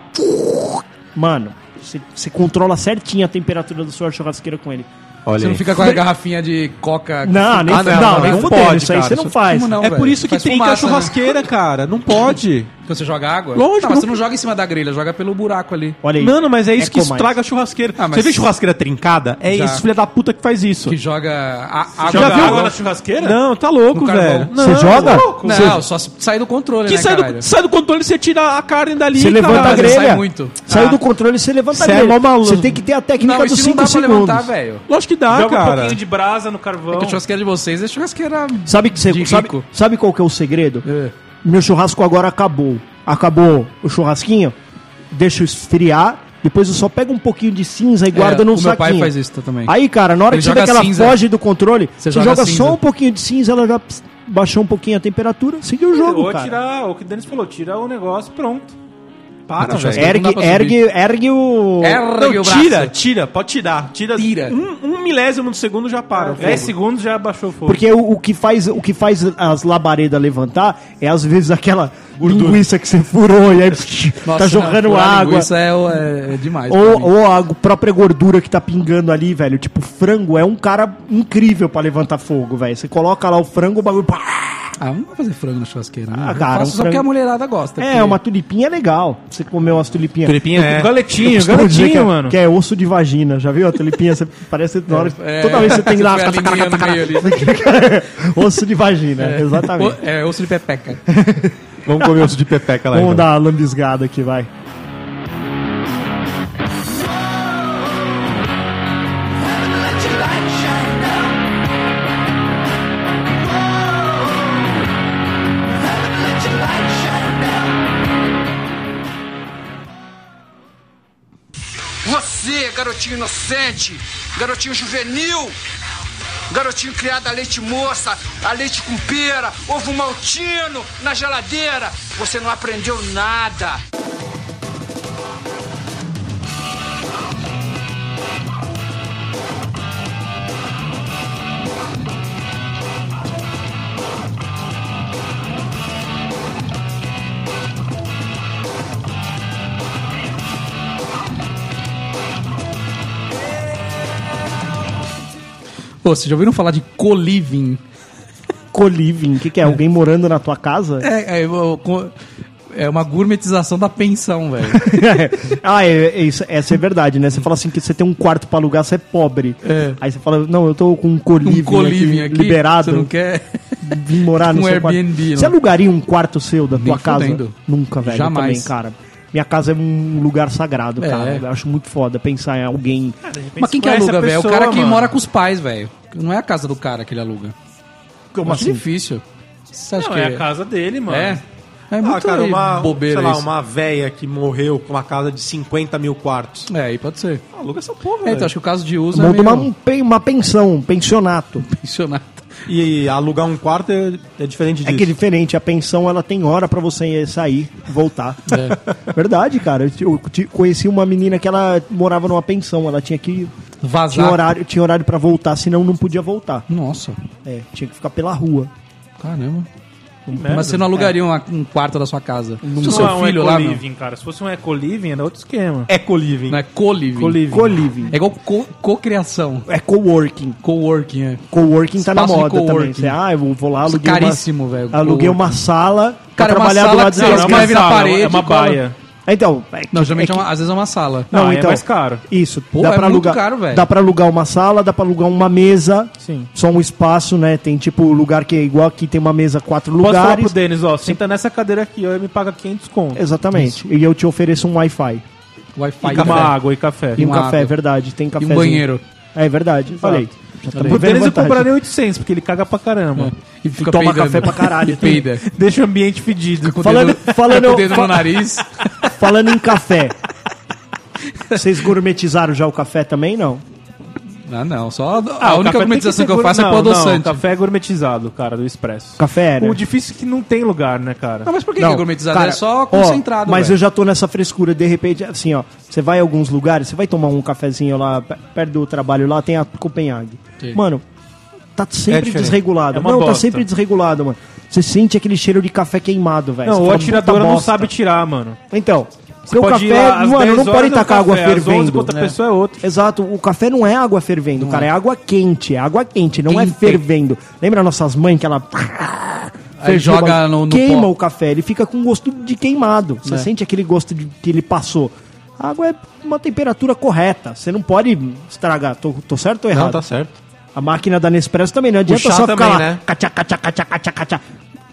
S2: Mano, você, você controla certinho a temperatura da sua churrasqueira com ele.
S4: Você não fica com a garrafinha de coca...
S2: Não, nem,
S4: Ah,
S2: não, nem
S4: não.
S2: fudendo.
S1: pode,
S2: Isso aí
S1: cara,
S2: você não
S1: isso-
S2: faz.
S4: Como não,
S1: é por
S4: velho?
S1: isso que
S4: Faz
S1: tem que a
S4: fumaça, né?
S1: churrasqueira, cara. Não pode.
S4: Então você joga água?
S1: Lógico,
S4: Não, mas
S1: não-
S4: você não joga em cima da grelha, joga pelo buraco ali.
S2: Olha aí.
S1: Mano, mas é isso que
S2: Eco mais.
S1: estraga a churrasqueira.
S4: Ah, mas-
S1: Você vê churrasqueira trincada? É
S4: Já.
S1: isso, filha da puta que faz isso.
S4: Que joga a- água.
S1: Já viu?
S4: água.
S1: churrasqueira? Não, tá louco,
S4: No carvão.
S1: velho.
S2: Você
S1: Não, é
S2: joga?
S1: tá louco.
S4: Não, só se- sai do controle,
S1: Que
S4: né,
S1: sai
S4: caralho?
S1: do, sai do controle e você tira a carne dali,
S2: Você
S1: cara.
S2: levanta é a
S4: mas ele
S2: grelha.
S4: sai muito.
S2: Saiu do controle, você levanta
S1: Você Ah. é
S2: a grelha.
S1: mó maluco.
S2: Você tem que ter a técnica
S4: Não,
S2: dos
S4: isso não
S2: 5
S4: dá pra
S2: segundos. Então-
S4: levantar, velho.
S1: Lógico que dá,
S3: Joga um
S1: cara.
S3: pouquinho de brasa no carvão.
S4: Porque a churrasqueira de vocês é churrasqueira...
S2: Sabe, que você,
S4: De
S2: sabe,
S4: rico.
S2: sabe qual que é o segredo?
S4: É.
S2: Meu churrasco agora acabou. Acabou o churrasquinho, deixa eu esfriar, depois eu só pego um pouquinho de cinza e guardo
S4: É, o
S2: num
S4: meu
S2: saquinho.
S4: pai faz isso também.
S2: Aí, cara, na hora
S4: Ele
S2: que você vê
S4: joga
S2: que ela
S4: cinza.
S2: foge do controle, você,
S4: Você
S2: joga,
S4: joga
S2: só
S4: cinza.
S2: um pouquinho de cinza, ela já ps, baixou um pouquinho a temperatura, seguiu o jogo,
S3: Ou
S2: cara.
S3: tirar, o que o Denis falou, tira o negócio, pronto.
S1: Para,
S4: Mas
S1: velho.
S4: é-
S2: Ergue,
S4: Não dá pra É,
S2: ergue, ergue o...
S4: Ergue
S1: Não,
S4: o braço.
S1: tira, tira, pode tirar. Tira.
S4: Tira.
S1: Um, um milésimo de segundo já para. o Ah, fogo.
S3: 10 segundos já abaixou o fogo.
S2: Porque o, o que faz, o que faz as labaredas levantar é às vezes aquela linguiça que você furou e aí tá
S4: Nossa,
S2: jogando
S4: não, furar
S2: água.
S4: Linguiça é, o- é, é demais. pra
S2: Ou,
S4: mim.
S2: ou a própria gordura que tá pingando ali, velho. Tipo, frango é um cara incrível pra levantar fogo, velho. Você coloca lá o frango, o bagulho. pá!
S4: Ah, não vai fazer frango na churrasqueira, né?
S2: Ah,
S4: Eu
S2: cara, um
S4: faço só porque
S2: frango-
S4: a mulherada gosta.
S2: É,
S4: porque-
S2: uma tulipinha é legal. Você comeu umas tulipinhas.
S1: Tulipinha é.
S2: Eu
S3: Galetinho,
S2: costumo dizer que é,
S3: galetinho, mano.
S2: Que é osso de vagina, já viu? A tulipinha, você parece na hora,
S4: É,
S2: toda vez você tem que dar
S4: põe a linguinha no meio ali.
S2: uma osso de vagina, exatamente.
S4: O- É, osso de pepeca.
S1: Vamos comer osso de pepeca lá.
S2: Vamos dar uma lambisgada aqui, vai.
S5: Você, garotinho inocente, garotinho juvenil, garotinho criado a leite moça, a leite com pera, ovo maltino na geladeira, você não aprendeu nada.
S4: Pô, vocês já ouviram falar de co-living?
S2: Coliving, o que, que é? Alguém morando na tua casa?
S4: É, é, eu- co- é uma gourmetização da pensão, velho.
S2: ah, é, é isso, essa é verdade, né? Você fala assim que você tem um quarto pra alugar, você é pobre.
S4: É.
S2: Aí você fala, não, eu tô com um coliving,
S4: Um co-living aqui,
S2: liberado,
S4: você não quer...
S2: vim morar no
S4: um
S2: seu
S4: Airbnb,
S2: quarto.
S4: não.
S2: Você alugaria um quarto seu da
S4: Nem
S2: tua casa?
S4: fudendo.
S2: Nunca, velho,
S4: Jamais.
S2: também, cara. Minha casa é um lugar sagrado,
S4: É.
S2: cara. Eu acho muito foda pensar em alguém.
S4: Mas quem que
S3: conhece
S4: aluga,
S3: a
S4: velho? É o
S3: pessoa,
S4: cara que
S3: mano.
S4: mora com os pais, velho. Não é a casa do cara que ele aluga.
S2: Como
S4: Acho
S2: assim?
S4: difícil. Você acha
S3: Não,
S4: que
S3: é a casa dele, mano.
S4: É? É
S1: Ah,
S4: muito
S1: cara, uma,
S4: bobeira
S1: sei lá,
S4: isso.
S1: uma véia que morreu com uma casa de 50 mil quartos.
S4: É, aí pode ser.
S1: Aluga essa porra,
S4: É, então
S1: um velho.
S4: acho que o caso de uso
S2: Monta
S4: é
S2: uma,
S4: meio
S2: um pe- uma pensão, um pensionato.
S4: pensionado.
S1: E alugar um quarto é, é diferente
S2: É
S1: disso.
S2: que é diferente, a pensão ela tem hora pra você sair, voltar.
S4: É.
S2: Verdade, cara. Eu, te- eu te- conheci uma menina que ela morava numa pensão, ela tinha que tinha
S4: Vazar.
S2: horário, tinha horário para voltar, senão não podia voltar.
S4: Nossa,
S2: É, tinha que ficar pela rua.
S4: caramba. Mas você não
S1: É.
S4: alugaria uma- um quarto da sua casa. Se o seu
S3: é um
S4: filho lá, meu.
S3: ecoliving, cara. Se fosse um ecoliving, era outro esquema.
S1: É co-living.
S4: Não é co-living.
S3: Coliving.
S2: Co-living.
S4: É igual co- co-criação.
S2: É coworking.
S4: Co-working, é.
S2: Coworking tá na
S4: Espaço de
S2: moda também.
S4: coworking.
S2: Você, ah, eu vou lá,
S4: Isso é
S2: aluguei
S4: caríssimo,
S2: uma,
S4: velho,
S2: Aluguei
S4: coworking.
S2: uma sala pra
S4: Cara, é uma
S2: trabalhar do
S4: sala
S2: lado
S4: que
S2: de
S4: você
S2: casa.
S3: é uma
S4: escreve na
S3: sala,
S4: parede,
S3: é uma
S4: cola-
S3: baia.
S2: Ah, Então, é que-
S4: Não, geralmente
S2: é
S4: é
S2: que-
S4: uma- às vezes é uma sala.
S3: Não, é mais caro.
S2: Isso,
S4: Pô,
S2: dá
S4: é
S2: pra
S4: muito
S2: alugar,
S4: caro, velho.
S2: Dá pra alugar uma sala, dá pra alugar uma mesa.
S3: Sim.
S2: Só um espaço, né? Tem tipo lugar que é igual aqui, tem uma mesa quatro
S3: Posso falar
S2: lugares.
S3: pro Denis, ó, senta nessa cadeira aqui, ó, e me paga 500 conto.
S2: Exatamente. E eu te ofereço um Wi-Fi.
S4: Wi-Fi.
S3: E uma
S4: café.
S3: água e café.
S2: E um
S4: uma
S2: café,
S4: água.
S2: é verdade. Tem café.
S4: banheiro.
S2: É verdade. Falei. Já tá
S3: Pro Denis eu
S2: vantagem.
S3: compraria 800, porque ele caga pra caramba.
S4: É. E fica
S2: toma
S4: peidando.
S2: café pra caralho
S4: E peida.
S3: Deixa o ambiente fedido.
S4: Com o
S2: Falando-
S4: dedo-
S2: falando-
S4: com o dedo
S2: fa-
S4: no nariz.
S2: Falando em café. Vocês gourmetizaram já o café também, não?
S4: Ah, não. Só a,
S3: Ah,
S4: a
S3: o
S4: única
S3: café tem
S4: argumentação
S3: ser
S4: que, eu faço é
S3: gour-
S4: pro
S3: não, não,
S4: adoçante.
S3: Café é gourmetizado, cara, do expresso.
S2: Café, né?
S3: O difícil é que não tem lugar, né, cara?
S4: Não, mas por que, que é gourmetizado?
S2: cara,
S4: é só
S2: ó,
S4: concentrado.
S2: mas
S4: velho.
S2: eu já tô nessa frescura, de repente, assim, ó. Você vai a alguns lugares, você vai tomar um cafezinho lá, pe- perto do trabalho lá, tem a Copenhague. Mano, tá sempre
S3: diferente.
S2: desregulado.
S3: É uma
S2: não, tá
S3: bosta.
S2: sempre desregulado, mano. Você sente aquele cheiro de café queimado, velho. Você
S3: Não, o
S2: fala,
S3: atirador
S2: é "Puta
S3: não
S2: bosta."
S3: sabe tirar, mano.
S2: Então, porque o
S3: Pode ir
S2: café,
S3: lá às
S2: mano,
S3: 10
S2: não
S3: horas
S2: pode
S3: é um
S2: tacar água
S3: café, às 11
S2: fervendo. né?
S3: com outra pessoa é outro.
S2: Exato, o café não é água fervendo, cara, é. água quente, é água quente, não é
S4: Quente.
S2: fervendo. Lembra nossas mães que ela Ferveu,
S4: Aí joga
S2: mas
S4: no, no
S2: queima
S4: pó.
S2: o café, ele fica com gosto de queimado. Você sente aquele gosto de que ele passou. A água é uma temperatura correta, você não pode estragar. Tô, tô certo ou errado?
S1: Não, tá certo.
S2: A máquina da Nespresso também não adianta
S1: Puxar
S2: só ficar
S1: também,
S2: lá.
S1: né?
S2: Cachá, cachá, cachá, cachá, cachá.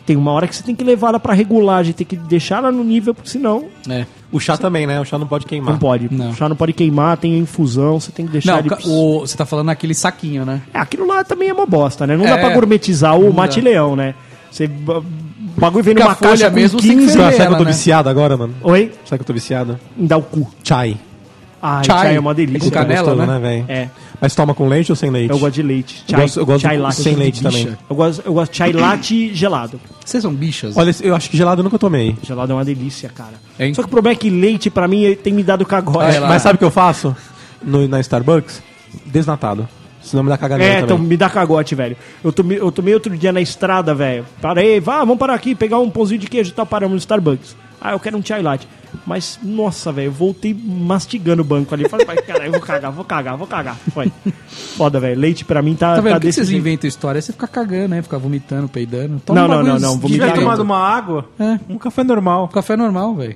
S2: Tem uma hora que você tem que levar ela pra regulagem, tem que deixar ela no nível, porque senão
S4: É.
S1: O chá também, né? O chá não pode queimar.
S2: não pode.
S4: Não.
S2: O chá não pode queimar, tem infusão, você tem que é deixar
S4: Não,
S2: ele.
S4: ca- o- você tá falando naquele saquinho, né?
S2: É, aquilo lá também é uma bosta, né? Não
S4: É.
S2: dá pra gourmetizar o
S4: Não
S2: mate
S4: dá.
S2: leão, né? Você. O bagulho vem
S4: Porque
S2: numa
S4: a folha
S2: caixa com
S4: mesmo sem
S2: 15.
S4: ferver.
S1: Será que eu
S4: Era,
S1: tô
S4: né?
S1: viciado agora, mano?
S2: Oi?
S1: Será que eu tô viciado?
S2: Dá o cu.
S1: Chai.
S2: Ai,
S4: Chai.
S2: chai, é uma delícia.
S4: Com canela,
S1: Gostoso,
S4: né?
S1: velho?
S2: É.
S1: Mas toma com leite ou sem leite?
S2: Eu gosto de leite.
S1: Eu
S2: Chai,
S1: gosto- eu gosto
S2: chai
S1: do-
S2: latte.
S1: sem leite
S2: Delícia.
S1: também.
S2: Eu gosto, eu gosto de chai latte gelado.
S4: Vocês são bichas.
S1: Olha, eu acho que gelado eu nunca tomei.
S2: Gelado é uma delícia, cara.
S4: Hein?
S2: Só que o problema é que leite, pra mim, ele tem me dado cagói.
S4: Olha
S1: É,
S4: lá.
S1: mas sabe o que eu faço? No- na Starbucks? Desnatado. Senão me dá caganeira
S2: É, então
S1: também.
S2: me dá cagote, velho. Eu tomei, eu tomei outro dia na estrada, velho. Parei, vá, vamos parar aqui, pegar um pãozinho de queijo e tal, paramos no Starbucks. Ah, eu quero um chai latte. Mas, nossa, velho, eu voltei mastigando o banco ali. Falei, cara, eu vou cagar, vou cagar, vou cagar. Foi. Foda, velho. Leite pra mim tá.
S4: Tá vendo?
S2: tá
S4: Por que
S2: desse
S4: vocês
S2: jeito.
S4: inventam história? Você fica cagando, né? Fica vomitando, peidando. um
S2: Não, não,
S4: bagulho
S2: não, não,
S3: Se
S4: direito.
S3: tiver
S2: vomitar
S3: tomado uma água,
S4: É.
S3: um café normal.
S4: Café normal, velho.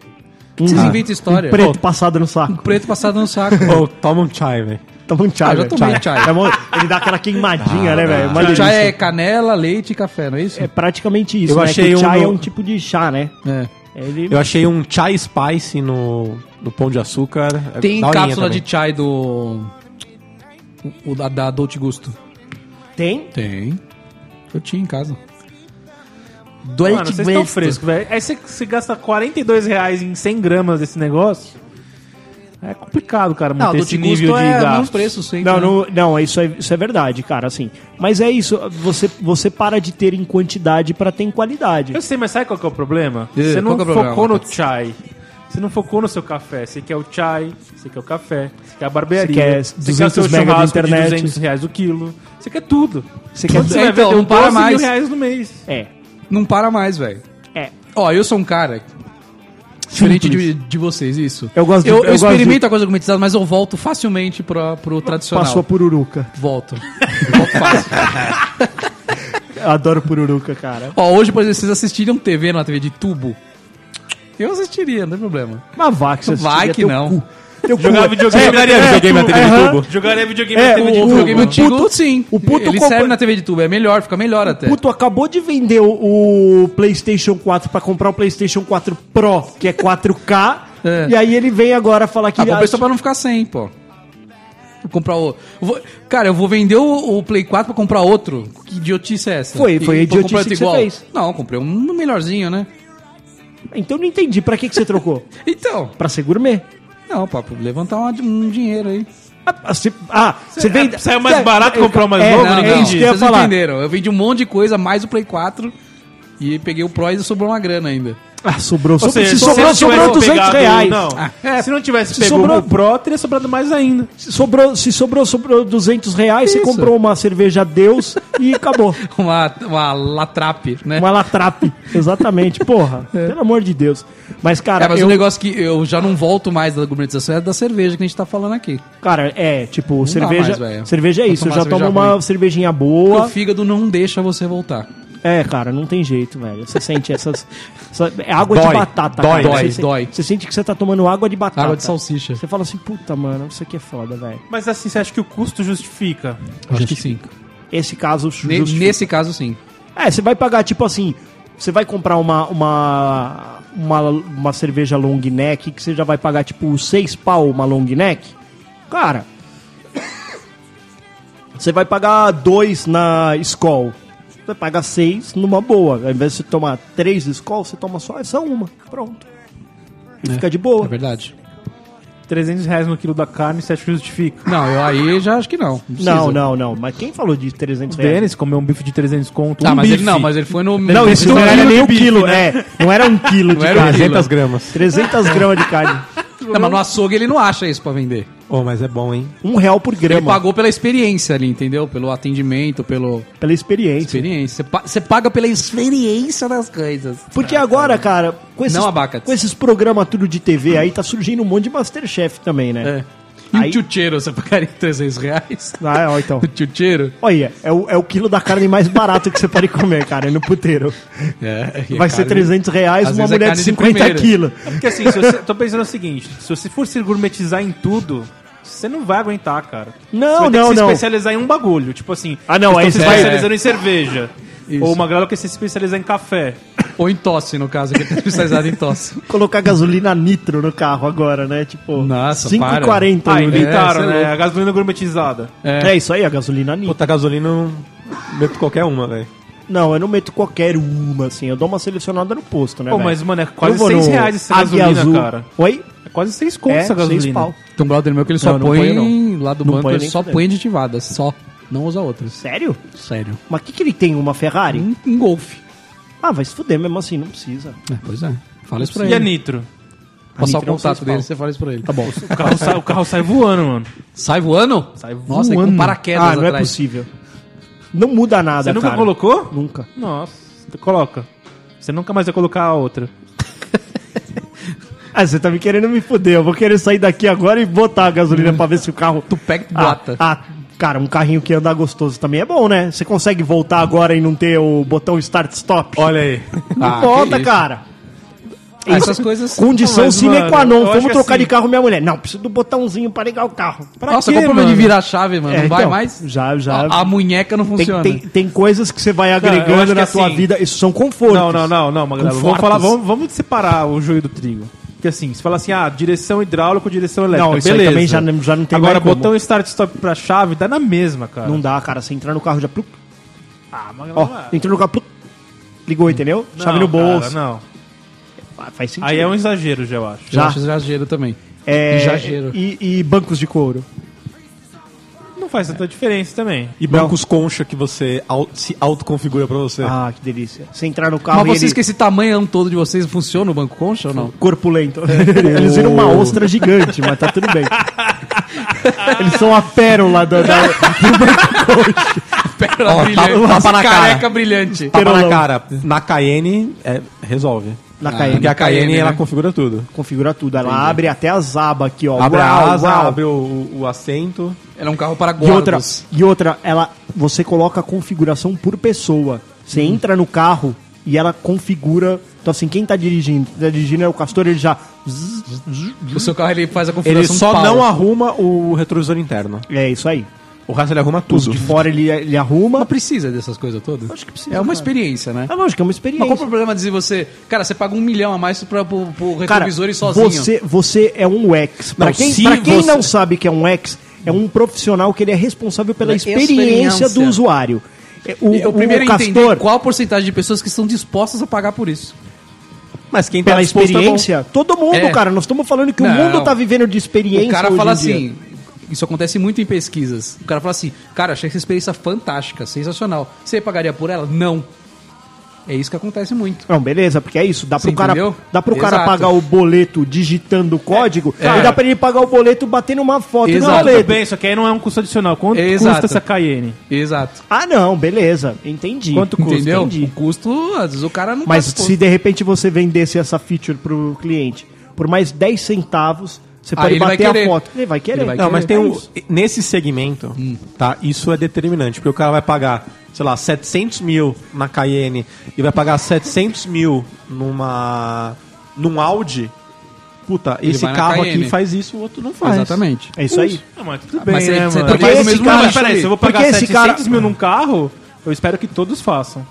S4: Vocês inventam história.
S2: Uhum. Um Preto passado no saco.
S4: Preto passado no saco.
S3: então-
S1: Ô, toma um chai, velho.
S2: Toma um chai,
S4: Ah, já
S2: velho.
S4: tomei chai.
S2: É bom- Ele dá aquela queimadinha,
S1: Ah,
S2: né, velho? Uma
S4: O
S2: delícia.
S4: chá é canela, leite e café, não é isso?
S2: É praticamente isso,
S1: Eu
S2: né?
S1: achei
S2: que o
S1: um
S2: chai
S1: no-
S2: é um tipo de chá, né?
S4: É.
S2: Ele...
S1: Eu achei um chai spice no, no Pão de Açúcar.
S4: Tem
S1: Da horinha
S4: cápsula
S1: também.
S4: de chai do. O da, da Dolce Gusto.
S2: Tem?
S4: Tem. Eu tinha em casa.
S3: Mano, vocês estão frescos, velho. Aí você- você gasta 42 reais em 100 gramas desse negócio. É complicado, cara, manter
S4: Não,
S3: esse nível de
S4: é
S3: gasto.
S4: mesmo preço sempre.
S2: Não,
S4: né?
S2: não, não isso, é, isso é verdade, cara, assim. Mas é isso, você, você para de ter em quantidade pra ter em qualidade.
S3: Eu sei, mas sabe qual que é o problema?
S4: E,
S3: Você não
S4: qual que é o
S3: focou
S4: problema,
S3: no
S4: Roberto?
S3: chai. Você não focou no seu café. Você quer o chai, você quer o café, você quer a
S2: Você
S3: barbearia,
S2: quer 200 mega de
S3: churrasco de
S2: internet.
S3: 200 reais o quilo. Você quer tudo.
S2: Você
S3: Quando
S2: quer...
S4: Putz.
S3: você vai
S4: então,
S3: ver, deu
S4: não para
S3: 12
S4: mais.
S3: mil reais no mês.
S2: É,
S4: Não para mais, velho.
S2: é.
S4: Ó, eu sou um cara. Diferente de, de vocês, isso.
S2: Eu gosto de-
S4: Eu,
S2: eu gosto
S4: experimento a coisa gourmetizada, mas eu volto facilmente pra, pro tradicional.
S2: Passou a pururuca.
S4: Volto. Volto fácil.
S2: Eu adoro pururuca, cara.
S4: Ó, hoje, por exemplo, vocês assistiriam TV na TV de tubo? Eu assistiria, não tem problema.
S2: Mas vai que você
S4: Vai
S2: assistia
S4: que
S2: teu
S4: não.
S2: cu. Teu cu.
S3: Jogar videogame na TV de
S1: videogame na TV de tubo.
S3: Jogaria videogame
S2: É,
S3: na
S2: o-
S3: TV de
S4: O
S3: tubo.
S4: videogame antigo,
S2: puto-
S4: sim.
S2: o puto
S4: Ele
S2: compra-
S4: serve na TV de tubo, é melhor, fica melhor até.
S2: Puto, acabou de vender o, o PlayStation 4 pra comprar o PlayStation 4 Pro, que é 4K.
S4: É.
S2: E aí ele vem agora falar que.
S4: Ah, comprei só
S2: acha-
S4: pra não ficar sem, pô. Vou comprar o. eu vou- Cara, eu vou vender o, o Play 4 pra comprar outro. Que idiotice é essa?
S2: Foi- foi a
S4: vou
S2: idiotice
S4: comprar outro
S2: que você fez.
S4: Não, eu comprei um melhorzinho, né?
S2: Então eu não entendi. Pra que, que você trocou?
S4: Então,
S2: pra ser gourmet.
S4: não, papo, levantar uma- um dinheiro aí.
S2: Ah, você, ah, você
S4: é,
S2: vem.
S3: Saiu mais barato comprar mais
S2: É,
S3: novo?
S2: não,
S3: ninguém
S2: é
S3: diz.
S2: isso que eu ia
S4: Vocês
S2: falar.
S4: entenderam. Eu vendi um monte de coisa, mais o Play 4. E peguei o Pro e sobrou uma grana ainda.
S2: Ah, sobrou.
S3: Ou
S2: sobrou
S3: seja,
S2: se
S3: você
S2: sobrou,
S3: não
S2: sobrou
S3: tivesse
S2: 200
S3: pegado- um,
S2: reais.
S3: Não.
S4: é.
S3: Se não tivesse
S2: Se
S3: pegado
S2: sobrou-
S3: o Pro, teria sobrado mais ainda.
S2: Se sobrou, se sobrou, sobrou 200 reais, você
S4: Isso.
S2: comprou uma cerveja Deus e acabou.
S4: Uma, uma latrape, né?
S2: Uma latrape. Exatamente, porra. Pelo amor de Deus. Mas, cara,
S4: É, mas
S2: eu-
S4: o negócio que eu já não volto mais da gourmetização é da cerveja que a gente tá falando aqui.
S2: cara, é, tipo,
S4: dá
S2: cerveja.
S4: mais, velho.
S2: cerveja é
S4: Pra
S2: isso. Eu
S4: tomar
S2: já
S4: cerveja
S2: tomo uma
S4: ruim.
S2: cervejinha
S4: O
S2: boa.
S4: fígado não deixa você voltar.
S2: É, cara, não tem jeito, velho. Você sente essas. essa- é água
S1: Dói,
S2: de batata,
S1: dói,
S2: cara.
S4: dói,
S2: você,
S4: dói.
S2: Você sente que você tá tomando água de batata.
S4: Água de salsicha.
S2: Você fala assim, puta, mano, isso aqui é foda, velho.
S3: Mas assim, você acha que o custo justifica?
S4: Acho que sim.
S2: Esse caso
S4: Ne-
S2: justifica.
S4: Nesse caso, sim.
S2: É, você vai pagar, tipo assim, você vai comprar uma, uma, uma, uma cerveja long neck que você já vai pagar, tipo, seis pau uma long neck. Cara, você vai pagar dois na Skol. Você vai pagar seis numa boa. Ao invés de você tomar três Skol, você toma só essa uma. Pronto. E fica de boa.
S4: É verdade.
S3: 300 reais no quilo da carne, você acha que justifica?
S4: Não, eu aí já acho que não. precisa.
S2: Não, não, não. Mas quem falou de 300
S3: O
S2: reais?
S3: Denis comeu um bife de 300 conto.
S4: Ah,
S3: um
S4: mas ele
S3: bife.
S4: não, mas ele foi no.
S2: Não, isso não era nem um
S4: bife,
S2: quilo,
S4: né?
S2: é. Não era um quilo de
S4: Não era um
S2: carne.
S4: quilo.
S1: 300 gramas.
S2: 300 gramas de carne.
S4: Não, mas no açougue ele não acha isso pra vender.
S1: Oh, mas é bom, hein?
S2: Um real por
S4: Ele
S2: grama.
S4: pagou pela experiência ali, entendeu? Pelo atendimento, pela
S2: Pela experiência.
S4: experiência. Você pa- Você paga pela experiência das coisas.
S2: Porque agora, cara, com esses,
S4: Não abacate.
S2: com esses programas tudo de TV aí, tá surgindo um monte de Masterchef também, né?
S4: É. E
S2: Aí-
S4: o tchutcheiro, você pagaria 300 reais?
S2: Ah, ó, então.
S4: O tchutcheiro?
S2: Olha, é o, é o quilo da carne mais barato que você pode comer, cara, no puteiro.
S4: É, e é
S2: Vai ser
S4: carne-
S2: 300 reais
S4: Às
S2: uma
S4: vezes é
S2: mulher
S4: carne
S2: de
S4: de
S2: 50
S4: primeira.
S2: quilos.
S3: Porque assim, se você, tô pensando o seguinte: se você for se gourmetizar em tudo, você não vai aguentar, cara.
S2: Não, não,
S3: você vai ter que
S2: não.
S3: se especializar em um bagulho. Tipo assim,
S2: Ah, não, É.
S3: vocês
S2: aí você
S3: estão se
S2: vai-
S3: especializando em cerveja.
S4: Isso.
S3: Ou uma galera que se especializar em café.
S4: Ou em tosse, no caso, que é especializado em tosse.
S2: Colocar gasolina nitro no carro agora, né? Tipo,
S4: Nossa,
S2: 5,40.
S3: Ah,
S2: o litro.
S3: inventaram,
S4: sei
S3: né?
S4: lá.
S3: A gasolina gourmetizada.
S4: É.
S2: É isso aí, a gasolina nitro.
S1: Puta, gasolina eu não meto qualquer uma, velho.
S2: Não, eu não meto qualquer uma, assim. Eu dou uma selecionada no posto, né?
S3: Pô,
S2: velho?
S3: mas, mano, é
S2: Eu
S3: quase
S2: vou
S3: 6
S2: no
S3: reais essa
S2: Águia
S3: gasolina,
S2: Azul.
S3: cara.
S2: Oi?
S3: É quase 6 conto
S2: É,
S3: essa
S2: seis
S3: gasolina.
S2: pau.
S4: Tem um brother meu que ele só
S2: Não, não
S4: põe
S2: ponho, não.
S4: lá do
S2: Não
S4: banco,
S2: ponho
S4: ele
S2: nem
S4: só
S2: fudendo.
S4: põe aditivada, só. Não usa outras.
S2: Sério?
S4: Sério.
S2: Mas o que, que ele tem? Uma Ferrari?
S4: Um, um golfe.
S2: Ah, vai se fuder mesmo assim, não precisa.
S4: É, pois é. Fala isso pra
S3: E a
S4: ele.
S3: Nitro?
S4: Passar o
S2: Nitro é um
S4: contato
S2: seis
S4: dele,
S2: pau.
S4: você fala isso pra ele.
S2: Tá bom.
S3: O carro, sai, o carro sai voando, mano.
S4: Sai voando?
S3: Sai
S4: Nossa, tem com
S3: voando.
S4: paraquedas
S2: Um ah, não é
S4: atrás.
S2: possível. Não muda nada,
S3: Você nunca
S2: cara.
S3: colocou?
S2: Nunca.
S3: Nossa, tu coloca. Você nunca mais vai colocar a outra.
S2: Ah, você tá me querendo me fuder. Eu vou querer sair daqui agora e botar a gasolina pra ver se o carro...
S4: Hum. Tu pega e tu
S2: Ah,
S4: bota.
S2: ah, cara, um carrinho que anda gostoso também é bom, né? Você consegue voltar agora e não ter o botão start-stop?
S1: Olha aí.
S4: Ah, que
S2: Volta,
S4: isso.
S2: cara.
S4: Ah, essas coisas.
S2: Condição
S3: Mas,
S2: sine qua
S3: mano, eu
S2: non.
S3: acho
S2: Vamos
S3: que
S2: trocar
S3: assim-
S2: de carro, minha mulher. Não, preciso do botãozinho pra ligar o carro.
S4: Nossa,
S3: quê,
S4: qual o problema
S3: mano?
S4: de virar a chave, mano?
S2: É,
S4: não vai
S2: então,
S4: mais?
S2: já- já-
S4: A, a munheca não
S2: Tem,
S4: funciona.
S2: tem, tem coisas que você vai
S3: eu
S2: agregando
S3: acho que
S2: na tua
S3: assim-
S2: vida. Isso são confortos.
S3: Não, não, não, não, Magalhães. Vamos
S2: Confortos.
S3: falar, vamos, vamos separar o joio do trigo. Porque assim, você fala assim, ah, direção hidráulica ou direção elétrica.
S2: Não, isso aí
S3: beleza.
S2: também já não- já não tem
S3: Agora,
S2: mais como.
S3: botão start-stop pra chave dá na mesma, cara.
S2: Não dá, cara. Você entrar no carro já... plup,
S3: Ah, Magalhães.
S2: Ó, entrou no carro... plup, ligou, entendeu? Chave no bolso.
S3: não.
S2: Ah, Faz sentido.
S3: Aí é um exagero, já eu acho.
S4: Já
S2: já.
S4: acho exagero também.
S2: É,
S4: Exagero.
S2: E, e bancos de couro.
S3: Não faz
S2: É.
S3: tanta diferença também.
S1: E bancos concha que você au- se autoconfigura pra
S3: É.
S1: você.
S2: Ah, que delícia. Você entrar no carro
S4: Mas vocês
S2: e
S4: que esse tamanhão todo de vocês funciona o banco concha ou não?
S2: corpulento. Eles viram
S3: Oh.
S2: uma ostra gigante, mas tá tudo bem. Eles são a pérola da... da...
S4: Pérola
S1: Ó,
S4: brilhante.
S1: tapa- tapa na
S4: careca
S1: cara.
S4: brilhante.
S1: Tapa na
S2: Perolão.
S1: cara. Na Cayenne, é, resolve.
S2: Na
S4: Ah,
S2: Cayenne.
S1: Porque a Cayenne,
S4: Cayenne,
S1: ela
S4: né?
S1: configura tudo.
S2: Configura tudo. Ela abre até as abas aqui, ó.
S1: Abre
S2: Uau,
S1: a asa,
S2: uau.
S1: abre o, o- o assento.
S4: Ela é um carro para
S2: E outra,
S4: guardas.
S2: e outra, ela você coloca a configuração por pessoa. Você entra no carro e ela configura. Então assim, quem tá dirigindo, tá dirigindo é o castor, ele já zzz, zzz.
S4: O seu carro ele faz a
S1: Ele
S4: configuração
S1: só
S4: pau.
S1: não arruma o retrovisor interno.
S2: é isso aí.
S1: O resto ele arruma tudo.
S2: Tudo de fora ele, ele arruma.
S4: Mas precisa dessas coisas todas?
S2: Acho que precisa,
S4: É uma
S2: cara.
S4: experiência, né?
S2: É lógico, é uma
S4: Mas qual o
S2: experiência.
S4: problema de dizer você... Cara, você paga um milhão a mais pra, pro, pro
S2: Cara,
S4: retrovisor e sozinho.
S2: você você é um ex. Pra
S1: Não,
S2: quem,
S1: se
S2: pra quem
S1: você-
S2: não sabe que é um ex, é um profissional que ele é responsável pela
S4: Pela
S2: experiência,
S4: experiência.
S2: do usuário. É, O,
S4: Eu
S2: o
S4: primeiro
S2: castor,
S4: entender qual a porcentagem de pessoas que estão dispostas a pagar por isso.
S1: Mas quem
S2: pela
S1: disposto
S3: tá
S1: é bom.
S2: tá experiência, todo mundo,
S4: É.
S2: cara, nós estamos falando que o
S4: Não.
S2: mundo tá vivendo de experiência
S4: O cara
S2: hoje
S4: fala
S2: em dia.
S4: assim, isso acontece muito em pesquisas. O cara fala assim, cara, achei essa experiência fantástica, sensacional. Você pagaria por ela? Não. É isso que acontece muito.
S2: Não, beleza, porque é isso. Dá pro
S4: Você
S2: cara,
S4: entendeu?
S2: dá pro cara
S4: Exato.
S2: pagar o boleto digitando o código
S4: é.
S2: e dá pra ele pagar o boleto batendo uma foto no
S4: Exato.
S3: Tudo
S2: boleto.
S3: bem, só que aí não é um custo adicional. Quanto
S4: Exato.
S3: custa essa Cayenne?
S4: Exato.
S2: Ah, não, beleza. Entendi.
S3: Quanto custa?
S4: Entendeu?
S2: entendi.
S4: O custo, às vezes o cara não
S2: Mas
S4: tá
S2: se
S4: disposto.
S2: de repente você vendesse essa feature pro cliente por mais 10 centavos, você
S4: Ah,
S2: pode
S4: ele vai
S2: bater a
S4: querer.
S2: foto. Ele vai querer. É
S4: Ele vai
S1: Não, mas tem
S4: querer.
S1: um. Nesse segmento, tá? Isso é determinante, porque o cara vai pagar, sei lá, 700 mil na Cayenne e vai pagar 700 mil numa. num Audi. Puta, esse
S4: vai na
S1: carro
S4: Cayenne.
S1: aqui faz isso, o outro não faz.
S4: Exatamente.
S2: É isso aí.
S3: Ah, mas tudo
S4: Mas
S3: bem,
S4: aí
S3: né,
S4: você
S3: mano?
S4: tá
S3: Porque
S4: fazendo
S3: esse
S4: mesmo
S3: cara,
S4: nicho
S3: peraí,
S4: ali.
S3: se eu vou pagar
S2: Porque esse
S3: 700
S2: cara-
S3: mil num carro, eu espero que todos façam.